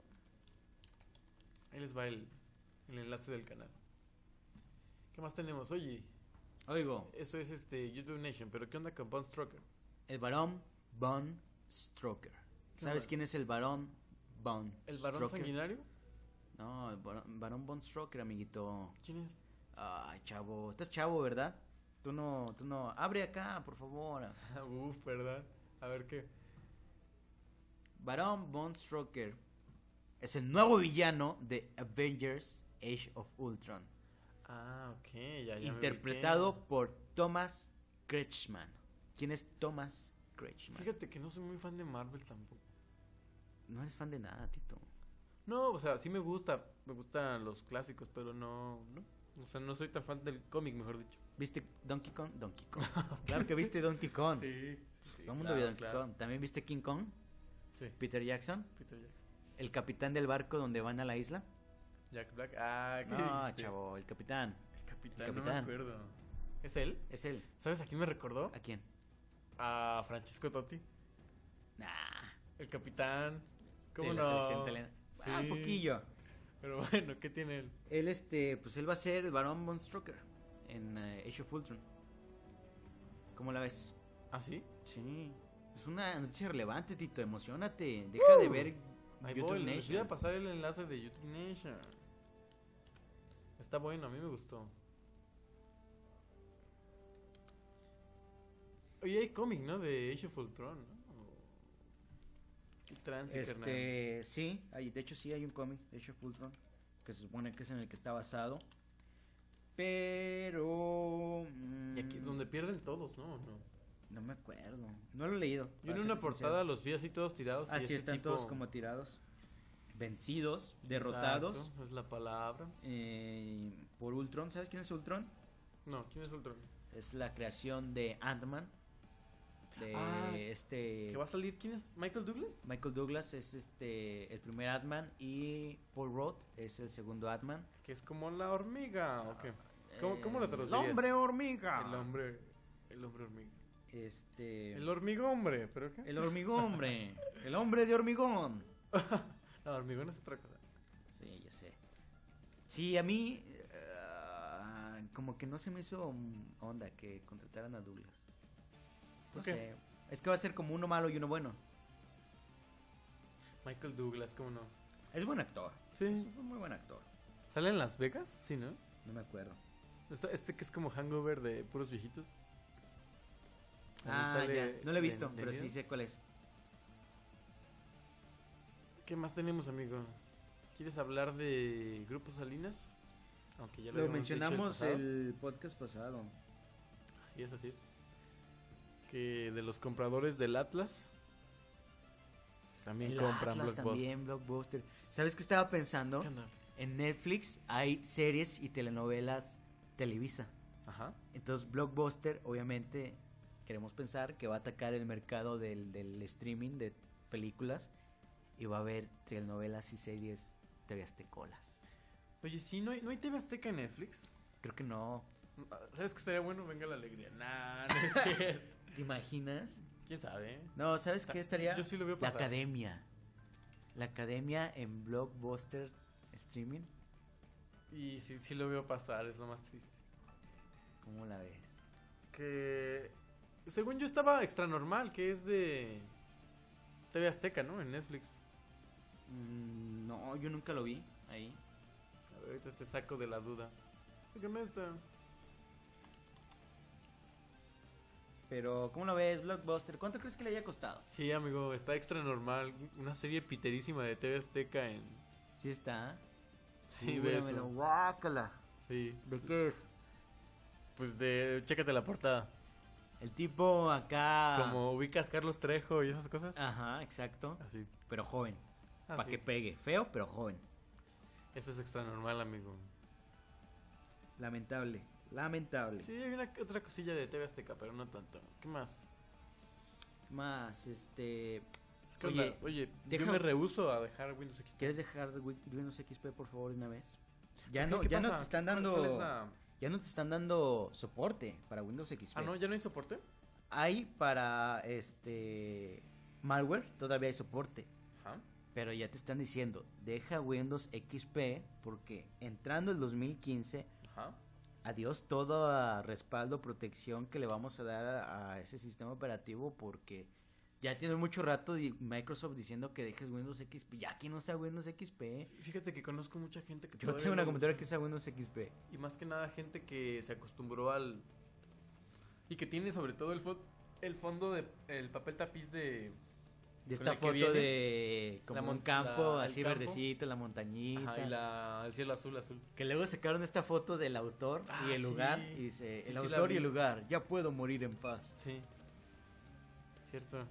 Ahí les va el, el enlace del canal. ¿Qué más tenemos? Oye, Oigo, eso es este YouTube Nation, pero ¿qué onda con Bone Stroker? el varón Von Stroker. ¿Sabes bueno. quién es el varón Von ¿El varón Stroker? sanguinario? No, el varón varón Von Stroker, amiguito. ¿Quién es? (laughs) Ay, chavo. Estás chavo, ¿verdad? Tú no, tú no. Abre acá, por favor. Ah, Uf, ¿verdad? A ver qué. Barón Von Stroker es el nuevo villano de Avengers Age of Ultron, Ah, ok, ya, ya. me interpretado ubiqué. por Thomas Kretschmann. ¿Quién es Thomas Kretschmann? Fíjate que no soy muy fan de Marvel tampoco. No eres fan de nada, Tito. No, o sea, sí me gusta, me gustan los clásicos, pero no, no. O sea, no soy tan fan del cómic, mejor dicho. ¿Viste Donkey Kong? Donkey Kong. (laughs) claro que viste Donkey Kong. Sí. Todo el mundo vio Donkey Kong. ¿También viste King Kong? Sí. Peter Jackson, Peter Jackson. el capitán del barco donde van a la isla. Jack Black. Ah, ¿qué No, dijiste? chavo, el capitán. El capitán, El no me capitán. acuerdo. ¿Es él? Es él. ¿Sabes a quién me recordó? ¿A quién? A Francisco Totti. Nah. El capitán. ¿Cómo de la selección no? italiana. Sí. Ah, un poquillo. Pero bueno, ¿qué tiene él? Él, este, pues él va a ser el varón Von Stroker en eh, Age of Ultron. ¿Cómo la ves? ¿Ah, sí? Sí. Es una noticia relevante, Tito. Emocionate. Deja de ver Ahí YouTube voy, les voy Nation. a pasar el enlace de YouTube Nation. Está bueno, a mí me gustó. Oye, hay cómic, ¿no? De Age of Ultron, ¿no? Qué trance, carnal. Este, sí. hay- de hecho, sí hay un cómic de Age of Ultron que se supone que es en el que está basado. Pero. Y aquí mm, es donde pierden todos, ¿no? No. No me acuerdo. No lo he leído. Yo en para una serte sincero. portada los vi así todos tirados. y Así este están tipo- todos como tirados. Vencidos, derrotados. Exacto, es la palabra. eh, por Ultron. ¿Sabes quién es Ultron? No, ¿quién es Ultron? Es la creación de Ant-Man. De Ah, este. ¿Que va a salir quién es? ¿Michael Douglas? Michael Douglas es este el primer Ant-Man y Paul Rudd es el segundo Ant-Man. Que es como la hormiga. ¿o qué? ¿Cómo, cómo lo Eh, traducirías? hormiga. El hombre. El hombre hormiga. Este. El hormigo hombre, ¿pero qué? el hormigombre. (laughs) el hombre de hormigón. No, hormigón es otra cosa. Sí, ya sé. Sí, a mí. eh, como que no se me hizo mm, onda que contrataran a Douglas. No ¿Por qué? sé. Es que va a ser como uno malo y uno bueno. Michael Douglas, ¿cómo no? Es buen actor. Es Sí. un muy buen actor. ¿Sale en Las Vegas? Sí, ¿no? No me acuerdo. Esta- Este que es como hangover de puros viejitos. También Ah, sale ya. No lo he de- visto, de pero niño. sí sé cuál es. ¿Qué más tenemos, amigo? ¿Quieres hablar de Grupo Salinas? Aunque ya lo, Lo habíamos dicho mencionamos pasado. el podcast pasado. Y es así es. Que de los compradores del Atlas. También El compran Atlas Blockbuster. también, Blockbuster. ¿Sabes qué estaba pensando? ¿Qué onda? En Netflix hay series y telenovelas Televisa. Ajá. Entonces, Blockbuster, obviamente, queremos pensar que va a atacar el mercado del, del streaming de películas y va a haber telenovelas y series TV Aztecolas. Oye, sí, ¿no hay, ¿no hay TV Azteca en Netflix? Creo que no. ¿Sabes que estaría bueno? Venga la alegría. Nah, no es cierto. (laughs) ¿Te imaginas? ¿Quién sabe? No, ¿sabes qué estaría? Yo sí lo veo La pasar. academia. La academia en Blockbuster Streaming. Y sí, sí lo veo pasar, es lo más triste. ¿Cómo la ves? Que. Según yo estaba extra normal, que es de. TV Azteca, ¿no? En Netflix. Mm, No, yo nunca lo vi ahí. A ver, ahorita te saco de la duda. ¿Qué me está? Pero, ¿cómo lo ves, Blockbuster? ¿Cuánto crees que le haya costado? Sí, amigo, está extra normal. Una serie piterísima de TV Azteca en. Sí está. ¿eh? Sí, ve eso. Júramelo, guácala. Sí. ¿De qué es? Pues de. Chécate la portada. El tipo acá... Como ubicas Carlos Trejo y esas cosas. Ajá, exacto. Así. Pero joven. Para Así. Ah. que pegue. Feo, pero joven. Eso es extra normal, amigo. Lamentable, lamentable. Sí, hay una otra cosilla de TV Azteca, pero no tanto. ¿Qué más? Más, este... ¿Qué Oye, onda? Oye deja- yo me rehuso a dejar Windows XP. ¿quieres dejar de Win- Windows XP, por favor, de una vez? Ya ¿Qué- no, qué ya no pasa? te están ¿Cuál- dando... cuál es la- Ya no te están dando soporte para Windows XP. Ah, no, ya no hay soporte. Hay para, este... Malware, todavía hay soporte. Ajá. Pero ya te están diciendo, deja Windows XP porque entrando el 2015, Ajá. adiós todo respaldo, protección que le vamos a dar a, a ese sistema operativo porque ya tiene mucho rato di- Microsoft diciendo que dejes Windows XP. Ya que no sea Windows XP. Fíjate que conozco mucha gente que Yo todavía tengo una le gusta. computadora que sea Windows XP. Y más que nada gente que se acostumbró al... Y que tiene sobre todo el, fo- el fondo de... El papel tapiz de... De Con la esta que foto viene, de como la un mon- campo la- el así campo. verdecito, la montañita. Ajá, y la, el cielo azul, azul. Que luego sacaron esta foto del autor Ah, y el lugar. sí. Y dice, Sí, el sí la autor y vi. el lugar, ya puedo morir en paz. Sí. Cierto.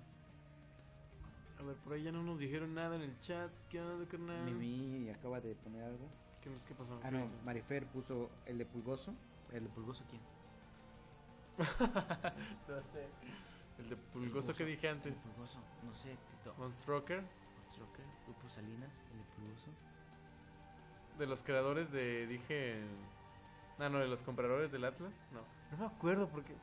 A ver, por ahí ya no nos dijeron nada en el chat. ¿Qué onda, carnal? Mimi acaba de poner algo. ¿Qué, qué pasó? Ah, ¿Qué no, hizo? Marifer puso el de Pulgoso. ¿El de pulgoso quién? No sé. El de pulgoso que Pulgoso. dije El antes. pulgoso, Pues, no sé, Tito. Monstroker. Stroker, Grupo Salinas, el de pulgoso. De los creadores de, dije... No, no, de los compradores del Atlas. No, no me acuerdo porque...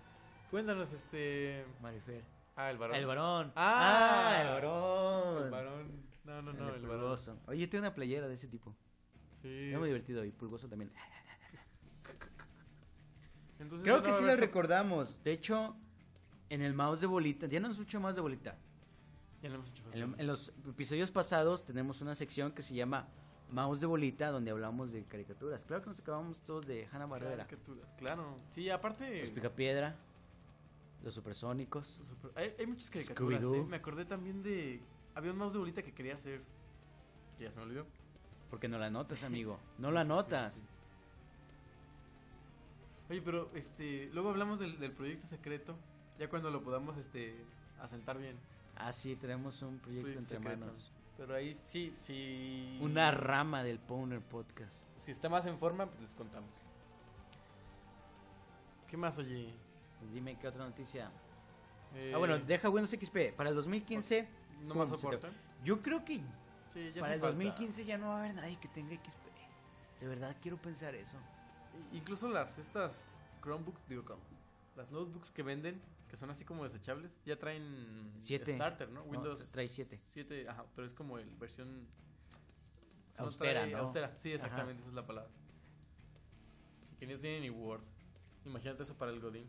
Cuéntanos, este... Marifer. Ah, el varón. El varón. Ah. el varón. El varón. No, no, no, de el varón. pulgoso. Oye, tengo una playera de ese tipo. Sí. Es muy divertido y pulgoso también. Entonces, Creo ya que no sí va a la haber so- recordamos. De hecho, en el mouse de bolita, ya no nos escucha mouse de bolita. Ya lo hemos hecho. En, lo- en los episodios pasados tenemos una sección que se llama mouse de bolita donde hablamos de caricaturas. Claro que nos acabamos todos de Hanna Barbera. Caricaturas, Claro. Sí, aparte. Los Picapiedra, los Supersónicos. super- Hay, hay muchas caricaturas. Scooby-Doo. ¿eh? Me acordé también de. Había un mouse de bolita que quería hacer. Que ya se me olvidó. Porque no la notas, amigo. No la notas. Oye, pero este. Luego hablamos del, del proyecto secreto. Ya cuando lo podamos este asentar bien. Ah, sí, tenemos un proyecto Proyecto entre secreto. manos. Pero ahí sí, sí. Una rama del Powner Podcast. Si está más en forma, pues les contamos. ¿Qué más, oye? Pues dime qué otra noticia. Eh, Ah, bueno, deja Windows XP. Para el 2015, ¿No más pum, se soporta? yo creo que Sí, ya hace para el falta. 2015 ya no va a haber nadie que tenga XP. De verdad quiero pensar eso. Incluso las, estas Chromebooks, digo, Chromebooks, las notebooks que venden, que son así como desechables, ya traen Siete. Starter, ¿no? Windows tra- trae siete. siete, ajá, pero es como el versión... Austera, trae- ¿no? Austera, sí, Ajá. exactamente, esa es la palabra. Así que no tiene ni Word. Imagínate eso para el Godín,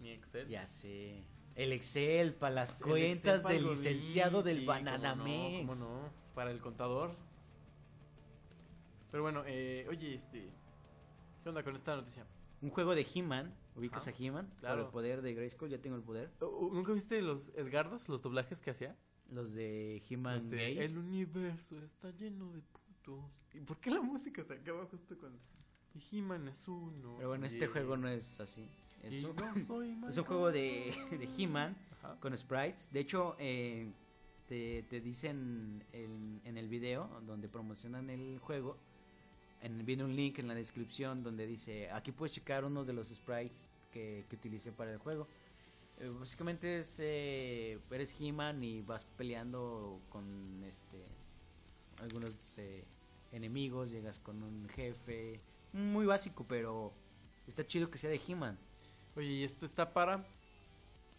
ni Excel. Ya sé. El Excel para las El Excel cuentas para el del Godín, licenciado del sí, cómo no, Bananamex. cómo no, para el contador. Pero bueno, eh, oye, este... ¿Qué onda con esta noticia? Un juego de He-Man. ¿Ubicas Ajá, a He-Man? Claro. claro. el poder de Grayskull, ya tengo el poder. ¿Nunca viste los Edgardos, los doblajes que hacía? Los de He-Man Este, gay. el universo está lleno de putos. ¿Y por qué la música se acaba justo cuando.? Y He-Man es uno. Pero bueno, este juego no es así. Es un, (laughs) es Es un juego de, de He-Man Ajá. con sprites. De hecho, eh, te, te dicen en, en el video donde promocionan el juego. En, viene un link en la descripción donde dice: aquí puedes checar uno de los sprites que, que utilicé para el juego. Eh, básicamente es, eh, eres He-Man y vas peleando con este algunos eh, enemigos, llegas con un jefe. Muy básico, pero está chido que sea de He-Man. Oye, y esto está para.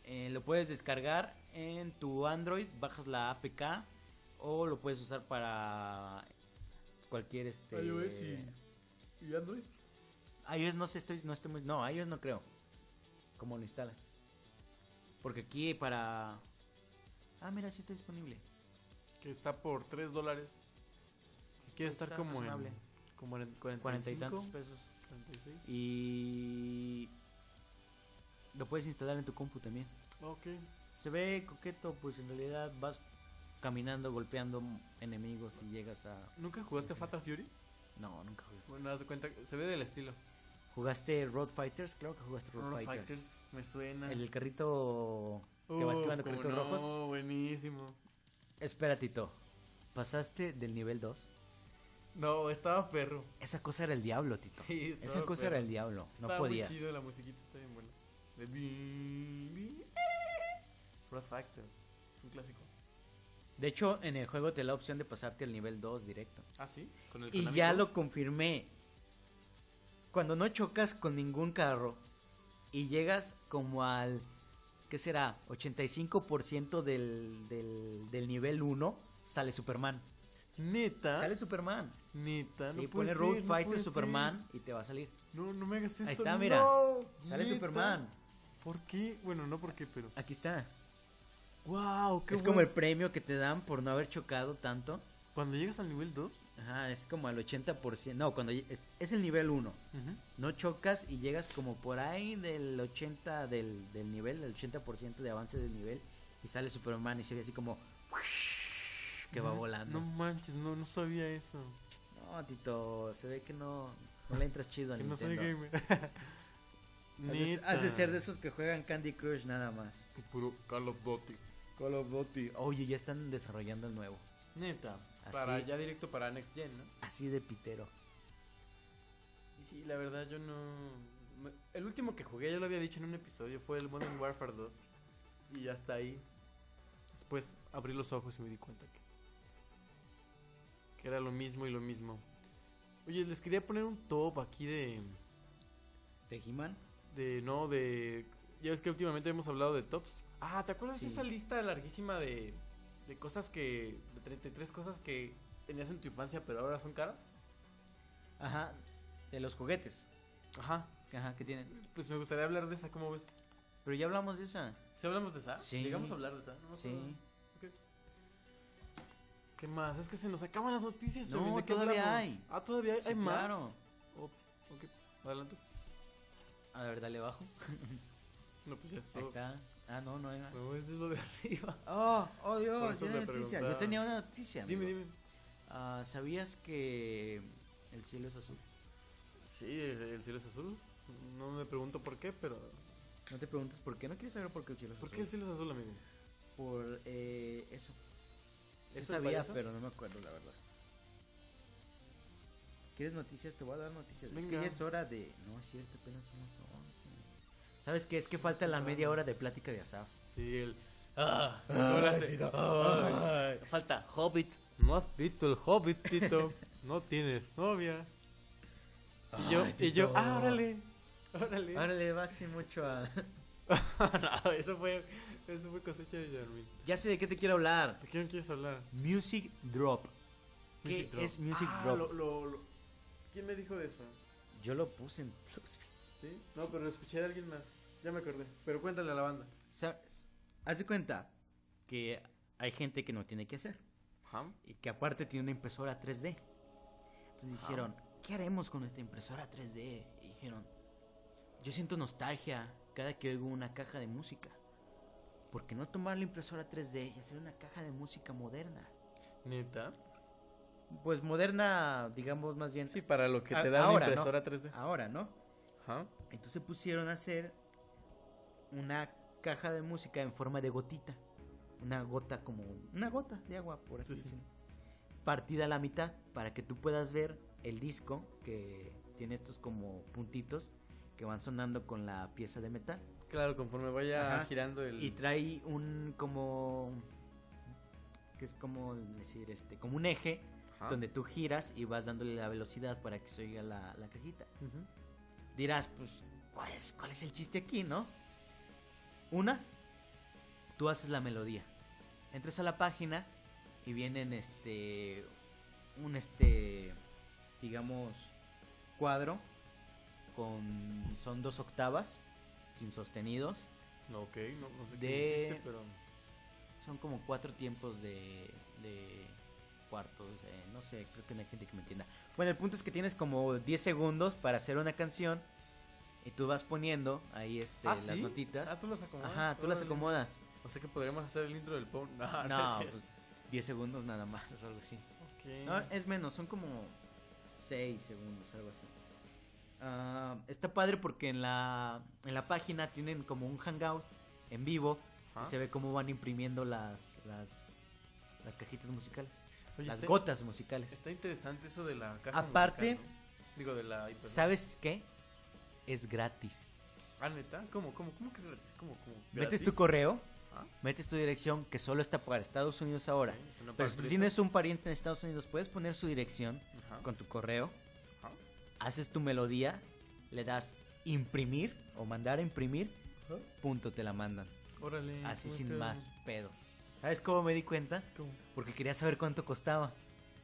Eh, lo puedes descargar en tu Android, bajas la APK o lo puedes usar para cualquier este iOS y. ¿Y Android? iOS no sé, estoy no estoy muy no, iOS no creo. Como lo instalas? Porque aquí para Ah, mira, sí está disponible. Que está por 3 dólares. Que Quiere Está estar como razonable. en. Como en 45, Cuarenta y tantos pesos. 46. Y lo puedes instalar en tu compu también. Ok. Se ve coqueto, pues en realidad vas caminando, golpeando enemigos y llegas a ¿Nunca jugaste Fatal Fury? No, nunca jugué. Bueno, haz de cuenta. que Se ve del estilo. ¿Jugaste Road Fighters? Claro que jugaste Road, Road Fighter. Fighters. Me suena. El carrito que Uf, vas esquivando cómo carritos no, rojos. buenísimo. Espera, Tito. ¿Pasaste del nivel 2? No, estaba perro. (laughs) Esa cosa era el diablo, Tito. Sí, estaba Esa cosa perro. era el diablo. No Está podías. muy chido la musiquita, está bien buena. De bi- bi- Road Factor. Es un clásico. De hecho, en el juego te da la opción de pasarte al nivel 2 directo. Ah, sí. Con el Y Konami ya Code. lo confirmé. Cuando no chocas con ningún carro y llegas como al, ¿qué será? 85% del, del, del nivel 1, sale Superman. Neta. Sale Superman. Neta. Sí, ¿Ah? no puede pone ser, Road no Fighter puede ser. Superman y te va a salir. No, no me hagas esto. Ahí está, mira. no, Sale neta. Superman. ¿Por qué? Bueno, no por qué, pero. Aquí está. ¡Wow! Qué es como el bueno. premio que te dan por no haber chocado tanto. Cuando llegas al nivel 2. Ajá, es como al 80%. No, cuando lle- es, es el nivel 1. No chocas y llegas como por ahí del 80 del, del nivel, el 80% de avance del nivel y sale Superman y se ve así como que va No- volando. No manches, no, no sabía eso. No, Tito, se ve que no, no le entras chido a Que no soy Nintendo. gamer. (laughs) Has de, has de Neta. ser de esos que juegan Candy Crush nada más. Puro Call of Duty. Call of Duty. Oye, ya están desarrollando el nuevo. Neta. Así. Para, ya directo para Next Gen, ¿no? Así de pitero. Y Sí, la verdad yo no... me- El último que jugué, ya lo había dicho en un episodio, fue el Modern Warfare 2. Y hasta ahí. Después abrí los ojos y me di cuenta que... Que era lo mismo y lo mismo. Oye, les quería poner un top aquí de... ¿De He-Man? De, no, de... Ya ves que últimamente hemos hablado de tops. Ah, ¿te acuerdas de Sí. esa lista larguísima de... De cosas que... De 33 cosas que tenías en tu infancia pero ahora son caras? Ajá, de los juguetes. Ajá. Ajá, que tienen. Pues me gustaría hablar de esa, ¿cómo ves? Pero ya hablamos de esa. ¿Sí hablamos de esa? Sí. Llegamos a hablar de esa. No me acuerdo. Sí. ¿Qué más? Es que se nos acaban las noticias. No, Chevy, ¿de qué todavía hablamos? hay. Ah, todavía hay, Sí, hay más. Claro. Ok, adelante. A ver, dale abajo. No, pues ya está. Ahí está. Ah, no, no hay más. No, eso es lo de (laughs) arriba. Oh, oh Por Dios, eso tiene me noticias. Yo preguntaba. tenía una noticia. Dime, amigo. dime. Ah, ¿Sabías que el cielo es azul? Sí, el, el cielo es azul. No me pregunto por qué, pero. No te preguntes por qué, no quieres saber por qué el cielo es ¿Por azul. qué el cielo es azul, amigo? Por eh, eso. Yo ¿Eso sabía, payaso? pero no me acuerdo, la verdad. ¿Quieres noticias? Te voy a dar noticias. Es que Venga. ya es hora de. No, es cierto, apenas son las 11. ¿Sabes qué? Es que falta la media hora de plática de Asaf. Sí, el. Ah, ¿cómo lo hace? Ay. Falta Hobbit. No has visto el hobbit, Tito. No tienes novia. Y yo, y yo, ah, órale. Órale. Ahora le va así mucho a... (laughs) no, eso fue, eso fue cosecha de Jarmin. Ya sé de qué te quiero hablar. ¿De quién quieres hablar? Music Drop. ¿Qué Music Drop. es Music Ah, Drop? lo- lo- lo- ¿Quién me dijo de eso? Yo lo puse en Bluesby. ¿Sí? No, pero lo escuché de alguien más. Ya me acordé. Pero cuéntale a la banda. ¿Sabes? Haz de cuenta. Que hay gente que no tiene que hacer. Y que aparte tiene una impresora 3D. Entonces dijeron, ¿qué haremos con esta impresora 3D? Y dijeron, yo siento nostalgia cada que oigo una caja de música. ¿Por qué no tomar la impresora 3D y hacer una caja de música moderna? ¿Neta? Pues moderna, digamos más bien. Sí, para lo que A- te da una ahora, impresora 3D. Ahora, ¿no? Ajá. Entonces pusieron a hacer una caja de música en forma de gotita. Una gota como una gota de agua, por así Sí, sí. decirlo. Partida a la mitad para que tú puedas ver el disco que tiene estos como puntitos que van sonando con la pieza de metal. Claro, conforme vaya Ajá. girando el. Y trae un como que es como decir este como un eje Ajá. donde tú giras y vas dándole la velocidad para que se oiga la, la cajita. Ujú. dirás, pues, ¿cuál es, ¿cuál es el chiste aquí, no? Una, tú haces la melodía. Entras a la página y vienen este. Un este. Digamos. Cuadro. Con. Son dos octavas. Sin sostenidos. No, ok, no, no sé De- qué dijiste, pero. Son como cuatro tiempos de. de cuartos, eh, no sé, creo que no hay gente que me entienda. Bueno, el punto es que tienes como 10 segundos para hacer una canción y tú vas poniendo ahí este, las Ah, ¿sí? notitas. Ah, tú las acomodas. Ajá, tú las Órale. Ah, acomodas. O sea que podríamos hacer el intro del punk. (laughs) No, No, no. es cierto. pues, 10 segundos nada más o algo así. Ok. Ah, No, es menos, son como 6 segundos, algo así. Ah, está padre porque en la, en la página tienen como un hangout en vivo Ajá. y se ve cómo van imprimiendo las, las, las cajitas musicales. Oye, las está- gotas musicales. Está interesante eso de la caja. Aparte- musical, ¿no? Digo, de la. impresora. ¿Sabes qué? Es gratis. Ah, neta. ¿Cómo, cómo, cómo que es gratis? ¿Cómo, cómo? Metes ¿Gratis? tu correo, Ah. metes tu dirección, que solo está para Estados Unidos ahora. Ok, es una Pero si tú empresa. tienes un pariente en Estados Unidos, puedes poner su dirección Ajá. con tu correo, Ajá. haces tu melodía, le das imprimir o mandar a imprimir, punto, te la mandan. Órale. Así ¿cómo sin está? más pedos. ¿Sabes cómo me di cuenta? ¿Cómo? Porque quería saber cuánto costaba.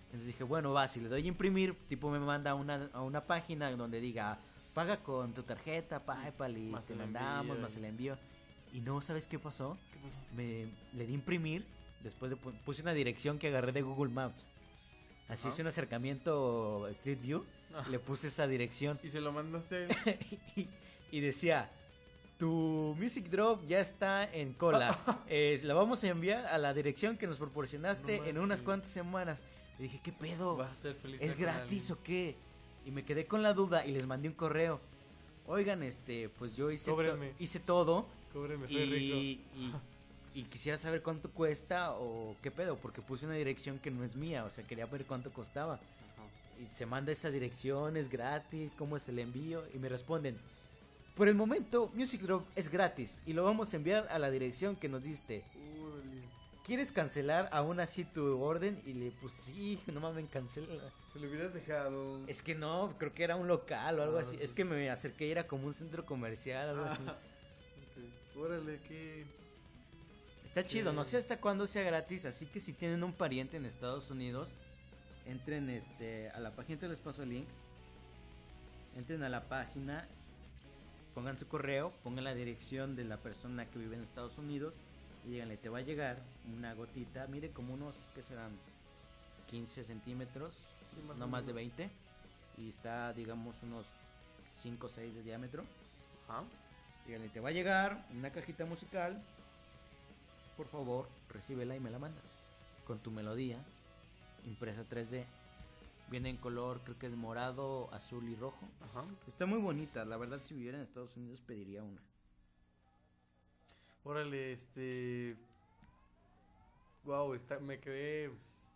Entonces dije, bueno, va, si le doy a imprimir, tipo me manda a una, a una página donde diga, paga con tu tarjeta, PayPal y Más te el mandamos, envío más y- el envío. Y no, ¿sabes qué pasó? ¿Qué pasó? Me, le di imprimir, después de pu- puse una dirección que agarré de Google Maps. Así Ajá. hice un acercamiento Street View, Ah. le puse esa dirección Y se lo mandaste a él. y, (laughs) y decía, tu Music Drop ya está (laughs) en cola. Eh, la vamos a enviar a la dirección que nos proporcionaste No en unas manches. cuantas semanas. Y dije, ¿qué pedo? Vas a ser feliz. ¿Es con gratis alguien. o qué? Y me quedé con la duda y les mandé un correo. Oigan, este, pues yo hice, to- Cóbrenme. hice todo Cóbreme, soy rico. y, y- y quisiera saber cuánto cuesta o qué pedo, porque puse una dirección que no es mía, o sea, quería ver cuánto costaba. Y se manda esa dirección, es gratis, cómo es el envío, y me responden, por el momento Music Drop es gratis y lo vamos a enviar a la dirección que nos diste. Órale. ¿Quieres cancelar aún así tu orden? Y le puse, sí, no mames, cancela. Se lo hubieras dejado. Es que no, creo que era un local o algo Ah, así. ok. Es que me acerqué y era como un centro comercial, algo así. Ok. Órale, qué. Está chido, no sé hasta cuándo sea gratis, así que si tienen un pariente en Estados Unidos, entren este a la página, te les paso el link. Entren a la página, pongan su correo, pongan la dirección de la persona que vive en Estados Unidos y díganle, te va a llegar una gotita, mire como unos, que serán? 15 centímetros, Sí, más no o más de menos. 20, y está, digamos, unos 5 o 6 de diámetro. Ajá. Díganle, te va a llegar una cajita musical. Por favor, recíbela y me la mandas. Con tu melodía, impresa 3D. Viene en color, creo que es morado, azul y rojo. Ajá. Está muy bonita, la verdad, si viviera en Estados Unidos pediría una. Órale, este. Wow, está, me quedé.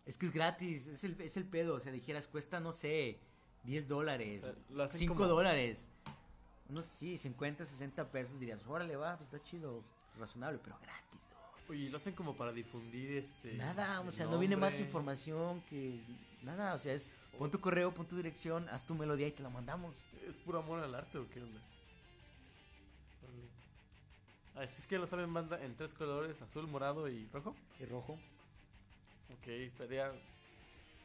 Es que es gratis, es el, es el pedo. O sea, dijeras, cuesta, no sé, 10 dólares, Eh, lo hacen 5 como- dólares. Unos sí, 50, 60 pesos dirías, órale, va, pues está chido, razonable, pero gratis. ¿no? Oye, y lo hacen como para difundir este. Nada, o el sea, no viene más nombre. información que nada, o sea, es pon tu correo, pon tu dirección, haz tu melodía y te la mandamos. ¿Es puro amor al arte o qué onda? Órale. Así es que lo saben, banda en tres colores: azul, morado y rojo. Y rojo, Ok, estaría.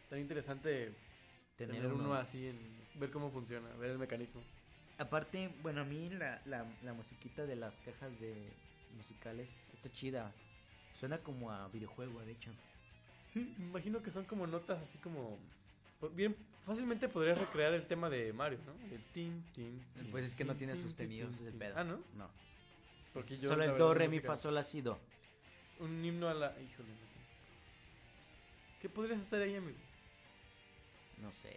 Estaría interesante tener, uno, así, en, ver cómo funciona, ver el mecanismo. Aparte, bueno, a mí la, la, la musiquita de las cajas de musicales está chida. Suena como a videojuego, de hecho. Sí, me imagino que son como notas así como. por- Bien, fácilmente podrías recrear el tema de Mario, ¿no? El tin, tin. tin, Pues es que no tin, tiene tin, tin, sostenidos, tin, es el tin. pedo. Ah, ¿no? No. Porque yo, Solo la es verdad, do, la re, mi, música- fa, sol, la, si, do. Un himno a la. Híjole, no tengo. ¿Qué podrías hacer ahí, amigo? No sé.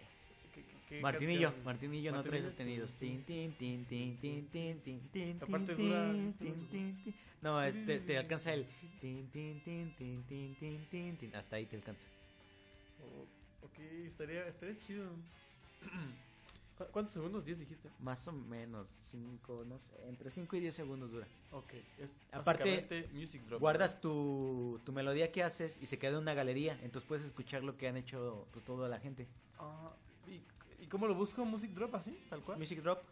¿Qué- qué- qué Martinillo, canción? Martinillo no trae Martinillo, sostenidos. tin, Tin, tin, tin, tin, tin, tin, tin, tin, Aparte tin, dura- tin, tin, tin, tin. No, es- te- te alcanza el. Tin, tin, tin, tin, tin, tin, tin, tin. Hasta ahí te alcanza. Oh, ok, estaría, estaría chido. (clears throat) ¿Cu- ¿Cuántos segundos? ¿10 dijiste? Más o menos, 5, no sé, entre 5 y 10 segundos dura. Ok, es Aparte, básicamente music drop. Guardas tu, tu melodía que haces y se queda en una galería, entonces puedes escuchar lo que han hecho pues, toda la gente. Ah, ¿y, ¿Y cómo lo busco? ¿Music drop así? ¿Tal cual? Music Drop.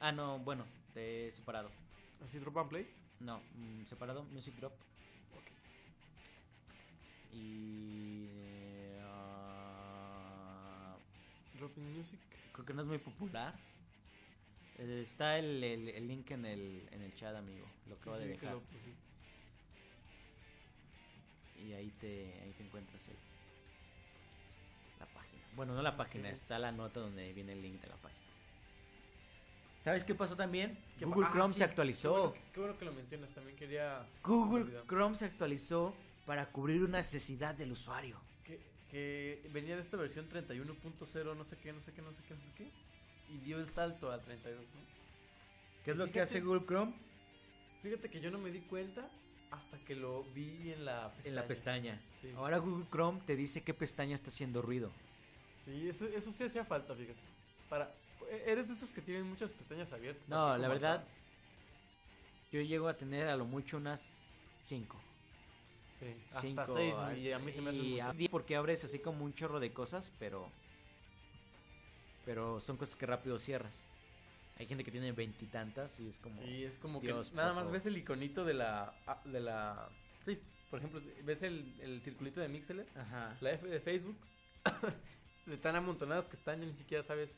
Ah, no, bueno, de separado. ¿Así drop and play? No, mm, separado, Music Drop. Y... ah, Drop in music. creo que no es muy popular. Eh, Está el, el- el link en el, en el chat, amigo. Lo Sí, acabo de sí, que dejar. lo pusiste. Y ahí te, ahí te encuentras el- la página. Bueno, no la página, está la nota donde viene el link de la página. ¿Sabes qué pasó también? Que- Google ah, Chrome sí, se qué- actualizó. Qué bueno, que- qué bueno que lo mencionas, también quería... Google olvidar. Chrome se actualizó para cubrir una necesidad del usuario. Que, que venía de esta versión 31.0, no sé qué, no sé qué, no sé qué, no sé qué. Y dio el salto al 32, ¿no? ¿Qué es lo que hace Google Chrome? Fíjate que yo no me di cuenta hasta que lo vi en la pestaña. En la pestaña. Oh. Sí. Ahora Google Chrome te dice qué pestaña está haciendo ruido. Sí, eso, eso sí hacía falta, fíjate. Para, e- eres de esos que tienen muchas pestañas abiertas. No, así la como verdad, Yo llego a tener a lo mucho unas 5. hasta- sí, hasta Cinco, seis, ah, y a mí se me hacen y muchas. a- di- porque abres así como un chorro de cosas, pero pero son cosas que rápido cierras. Hay gente que tiene veintitantas y es como Sí, es como Dios, que nada por más favor. ves el iconito de la, ah, de la, sí, por ejemplo, ves el, el circulito de Mixler, ajá. la F de Facebook, (coughs) de tan amontonadas que están, ya ni siquiera sabes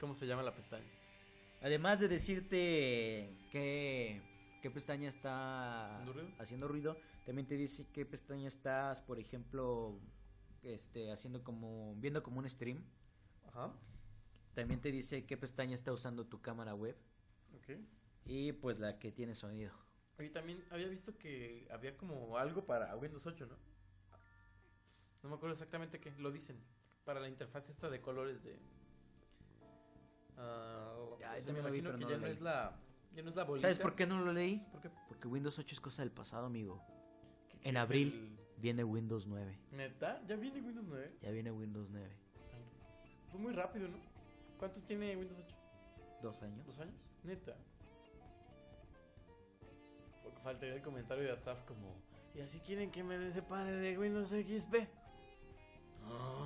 cómo se llama la pestaña. Además de decirte qué, qué pestaña está ¿Haciendo ruido? haciendo ruido, también te dice qué pestaña estás, por ejemplo, este, haciendo como, viendo como un stream. Ajá, También te dice qué pestaña está usando tu cámara web ok. y pues la que tiene sonido. Oye, también había visto que había como algo para Windows 8, ¿no? No me acuerdo exactamente qué, lo dicen. Para la interfaz esta de colores de... Ah, Ay, o sea, me también lo vi, imagino pero que no ya lo no leí. es la... Ya no es la bolita. ¿Sabes por qué no lo leí? ¿Por qué? Porque Windows 8 es cosa del pasado, amigo. ¿Qué- qué En es abril viene Windows 9. el- ¿Neta? ¿Ya viene Windows 9? Ya viene Windows 9. Fue muy rápido, ¿no? ¿Cuántos tiene Windows 8? Dos años. ¿Dos años? Neta. Porque faltaría el comentario de Asaf como... Y así quieren que me separe de Windows XP.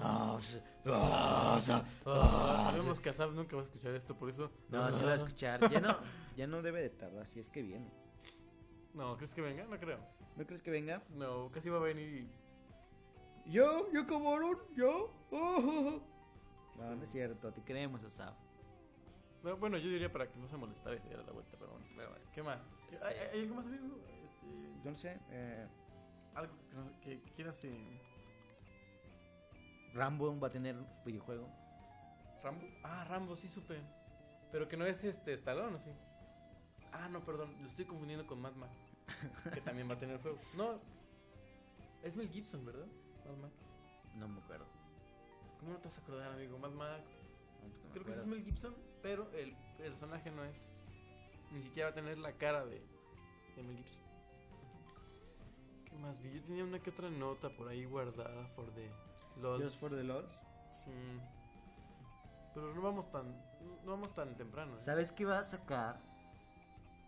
Ah, o sea, ah, o sea, Ah, sabemos que Asaf nunca va a escuchar esto, por eso. Ah. No, se va a escuchar. Ya no, ya no debe de tardar, si es que viene. (laughs) No, ¿crees que venga? No creo. ¿No crees que venga? No, casi va a venir. y- Yo, yo cabrón, yo. Oh, oh, oh. No, no es cierto, te creemos, Asaf. No, bueno, yo diría para que no se molestara y se diera la vuelta, pero bueno. pero bueno, ¿Qué más? ¿Qué- Este- ¿Hay, hay algo más, amigo? Este, Yo no sé. eh, algo que no- que, quieras eh, Rambo va a tener videojuego. ¿Rambo? Ah, Rambo, sí supe. Pero que no es este Stallone, ¿o sí? Ah, no, perdón, lo estoy confundiendo con Mad (laughs) Max. que también va a tener juego. No, es Mel Gibson, ¿verdad? Mad Max. No me acuerdo. ¿Cómo no te vas a acordar, amigo? Mad Max, No, pues no me Creo que ese es acuerdo. Mel Gibson, pero el personaje no es. Ni siquiera va a tener la cara de, de Mel Gibson. ¿Qué más vi? Yo tenía una que otra nota por ahí guardada for the LOL. Just for the lols. Sí. Pero no vamos tan, no vamos tan temprano. ¿eh? ¿Sabes qué va a sacar?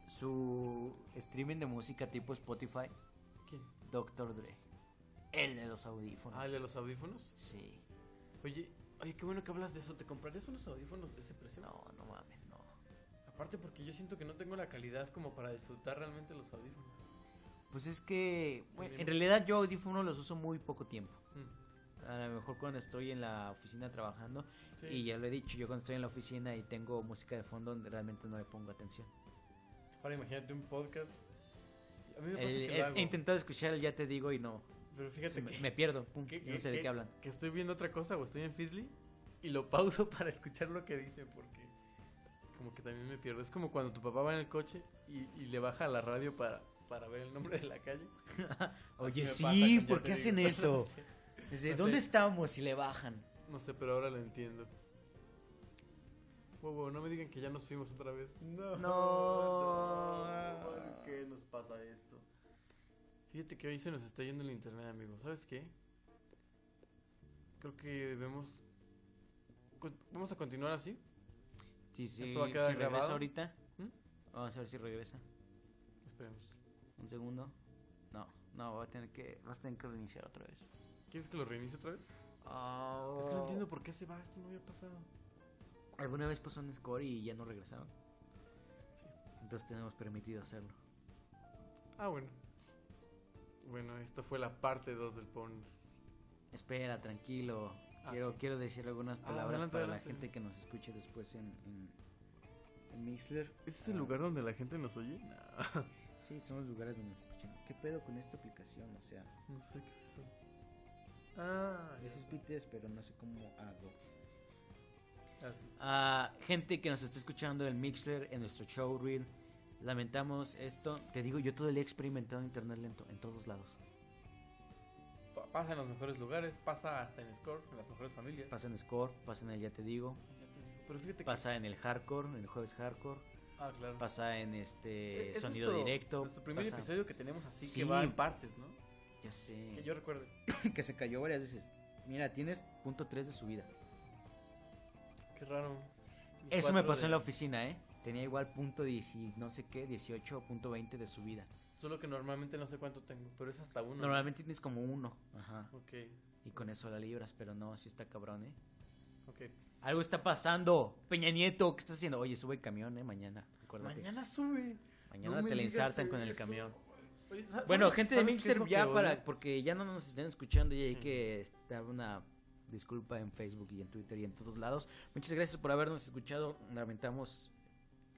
Su streaming de música tipo Spotify, ¿Quién? Dr. Dre. El de los audífonos. Ah, ¿el de los audífonos. Sí. Oye, oye, qué bueno que hablas de eso. ¿Te comprarías unos audífonos de ese precio? No, no mames, no. Aparte porque yo siento que no tengo la calidad como para disfrutar realmente los audífonos. Pues es que, bueno, También en me- realidad yo audífonos los uso muy poco tiempo. Mm, A lo mejor cuando estoy en la oficina trabajando, sí. y ya lo he dicho, yo cuando estoy en la oficina y tengo música de fondo, realmente no le pongo atención. Ahora imagínate un podcast. A mí me pasa El- que lo es- hago, he intentado escuchar el ya te digo y no. pero fíjate me, que... me pierdo. pum, que- no sé de qué hablan. Que estoy viendo otra cosa o estoy en Fiddly y lo pauso (laughs) para escuchar lo que dicen porque como que también me pierdo. Es como cuando tu papá va en el coche y, y le baja a la radio para, para ver el nombre de la calle. Oye, Así me pasa sí, con Ya ¿por Te qué hacen Digo. (laughs) eso? No sé, ¿Desde No dónde sé. estamos y le bajan? no sé, pero ahora lo entiendo. Wow, wow, no me digan que ya nos fuimos otra vez. No. (laughs) No. ¿Por qué nos pasa esto? Fíjate que hoy se nos está yendo el internet, amigo. ¿Sabes qué? Creo que debemos... con- Vamos a continuar así. Sí, sí, ¿Esto va a quedar si grabado? regresa ahorita. ¿Mm? Vamos a ver si regresa. Esperemos. Un segundo. No, no, va a tener que, vas a tener que reiniciar otra vez. ¿Quieres que lo reinicie otra vez? Es que no entiendo por qué se va, esto no había pasado. ¿Alguna vez pasó un score y ya no regresaron? Entonces tenemos permitido hacerlo. Ah, bueno. Bueno, esta fue la parte 2 del Pon. Espera, tranquilo. Ah, Quiero, ok. quiero decir algunas Ah, palabras adelante, para adelante. la gente que nos escuche después en, en, en Mixler. ¿Ese es el lugar donde la gente nos oye? No, Sí, son los lugares donde nos escuchan. ¿Qué pedo con esta aplicación? O sea, no sé qué es eso. Ah, This is BTS, pero no sé cómo hago. ah, sí. a gente que nos está escuchando en Mixler, en nuestro showreel. Lamentamos esto. Te digo, yo todo el día he experimentado internet lento en todos lados. Pa- pasa en los mejores lugares, pasa hasta en Score, en las mejores familias. Pasa en Score, pasa en el Ya Te Digo, Ya te digo, Pero fíjate que. pasa en el Hardcore, en el Jueves Hardcore, Ah, claro. pasa en este Eh, es Sonido nuestro- Directo. Nuestro primer pasa- episodio que tenemos así Sí. que va en partes, ¿no? Ya sé. Que yo recuerde. (laughs) que se cayó varias veces. Mira, tienes punto 3 de subida. Qué raro. Y Eso me cuatro pasó de- en la oficina, ¿eh? Tenía igual punto 10 y no sé qué, 18, punto 20 de subida. Solo que normalmente no sé cuánto tengo, pero es hasta uno. ¿no? Normalmente tienes como uno. Ajá. Ok, Y con eso la libras, pero no, sí está cabrón, ¿eh? ok. Algo está pasando. Peña Nieto, ¿qué estás haciendo? Oye, sube el camión, ¿eh? Mañana. Acuérdate. Mañana sube. Mañana No me te la digas insertan con el eso. camión. Oye, ¿sa- Bueno, sabes- gente de sabes qué es Mixer, lo que ya odio? para. ¿eh? Porque ya no nos están escuchando y hay Sí. que dar una disculpa en Facebook y en Twitter y en todos lados. Muchas gracias por habernos escuchado. Lamentamos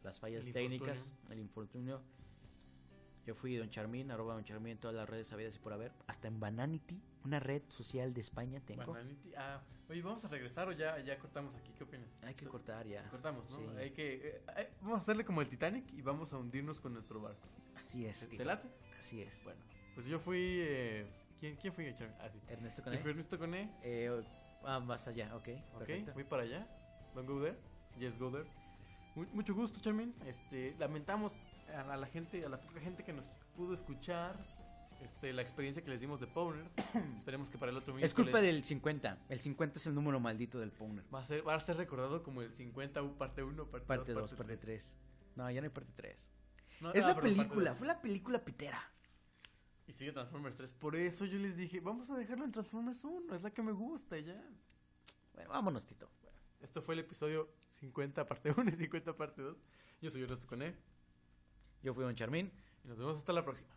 las fallas El técnicas, el infortunio. Yo fui Don Charmín, arroba Don Charmín en todas las redes sabidas y por haber. Hasta en Bananity, una red social de España tengo. Bananity. Ah, oye, ¿vamos a regresar o ya, ya cortamos aquí? ¿Qué opinas? Hay que To- cortar ya. Cortamos, ¿no? Sí. Hay que... eh, eh, vamos a hacerle como el Titanic y vamos a hundirnos con nuestro barco. Así es. ¿Te late? Así es. Bueno, pues yo fui... eh, ¿quién, ¿Quién fui? Charm? Ah, sí. Ernesto Yo fui Cané. Ernesto Coné. Eh, ah, vas allá, ok. Ok, perfecto. voy para allá. Don't go there. Yes, go there. Mu- Mucho gusto, Charmin. Este, lamentamos a la, a la gente, a la poca gente que nos pudo escuchar. Este, la experiencia que les dimos de (coughs) Powner. Esperemos que para el otro Es culpa miércoles del 50. El 50 es el número maldito del Powner. Va a, ser, va a ser recordado como el 50, u- parte 1, parte 2, Parte 2, parte 3. No, ya no hay parte 3. No, Es ah, perdón, la parte película, dos. fue la película pitera. Y sigue Transformers 3. Por eso yo les dije, vamos a dejarlo en Transformers 1, es la que me gusta y ya. Bueno, vámonos, Tito. Esto fue el episodio 50, parte 1 y 50, parte 2. Yo soy Ernesto Coné Yo fui Don Charmín. y nos vemos hasta la próxima.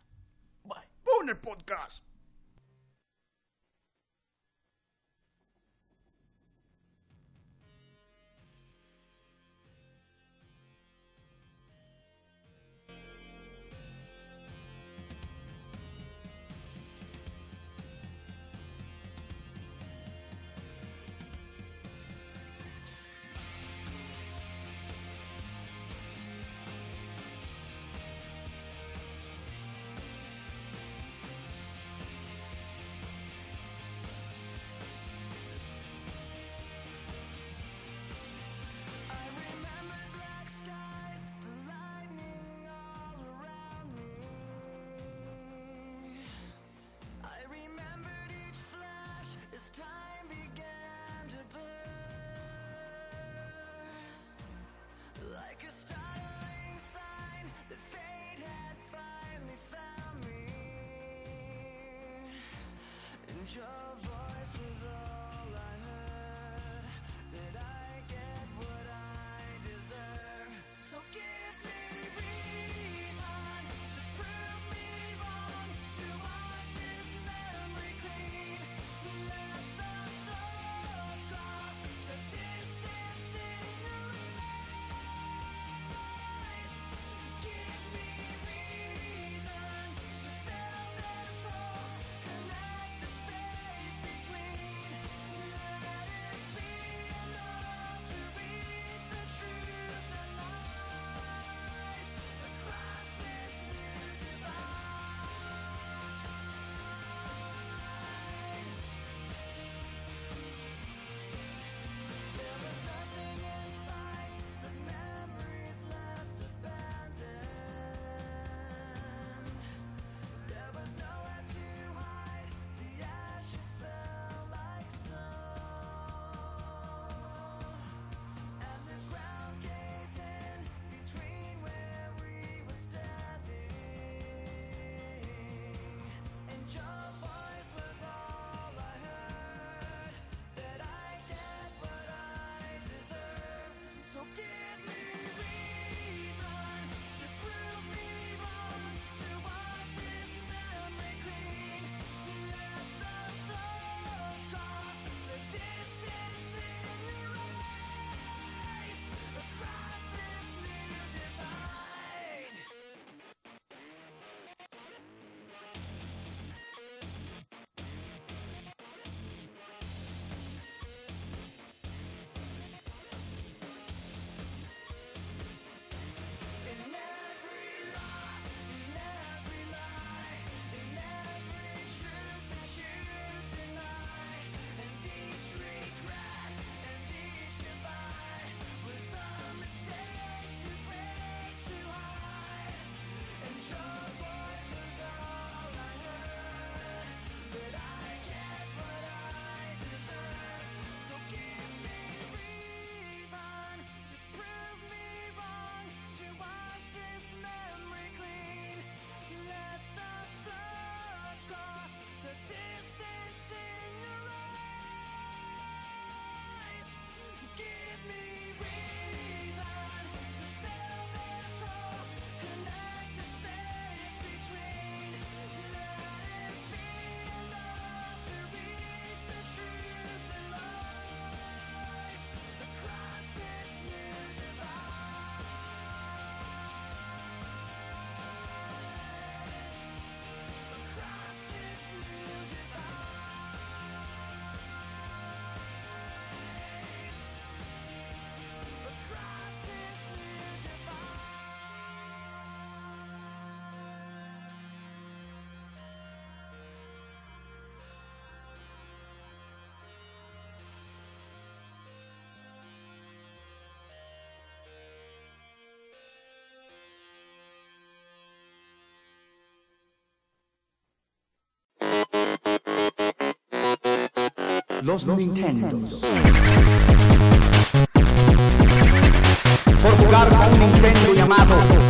Bye. Boner Podcast. Thank los Nintendos. Por jugar a un Nintendo llamado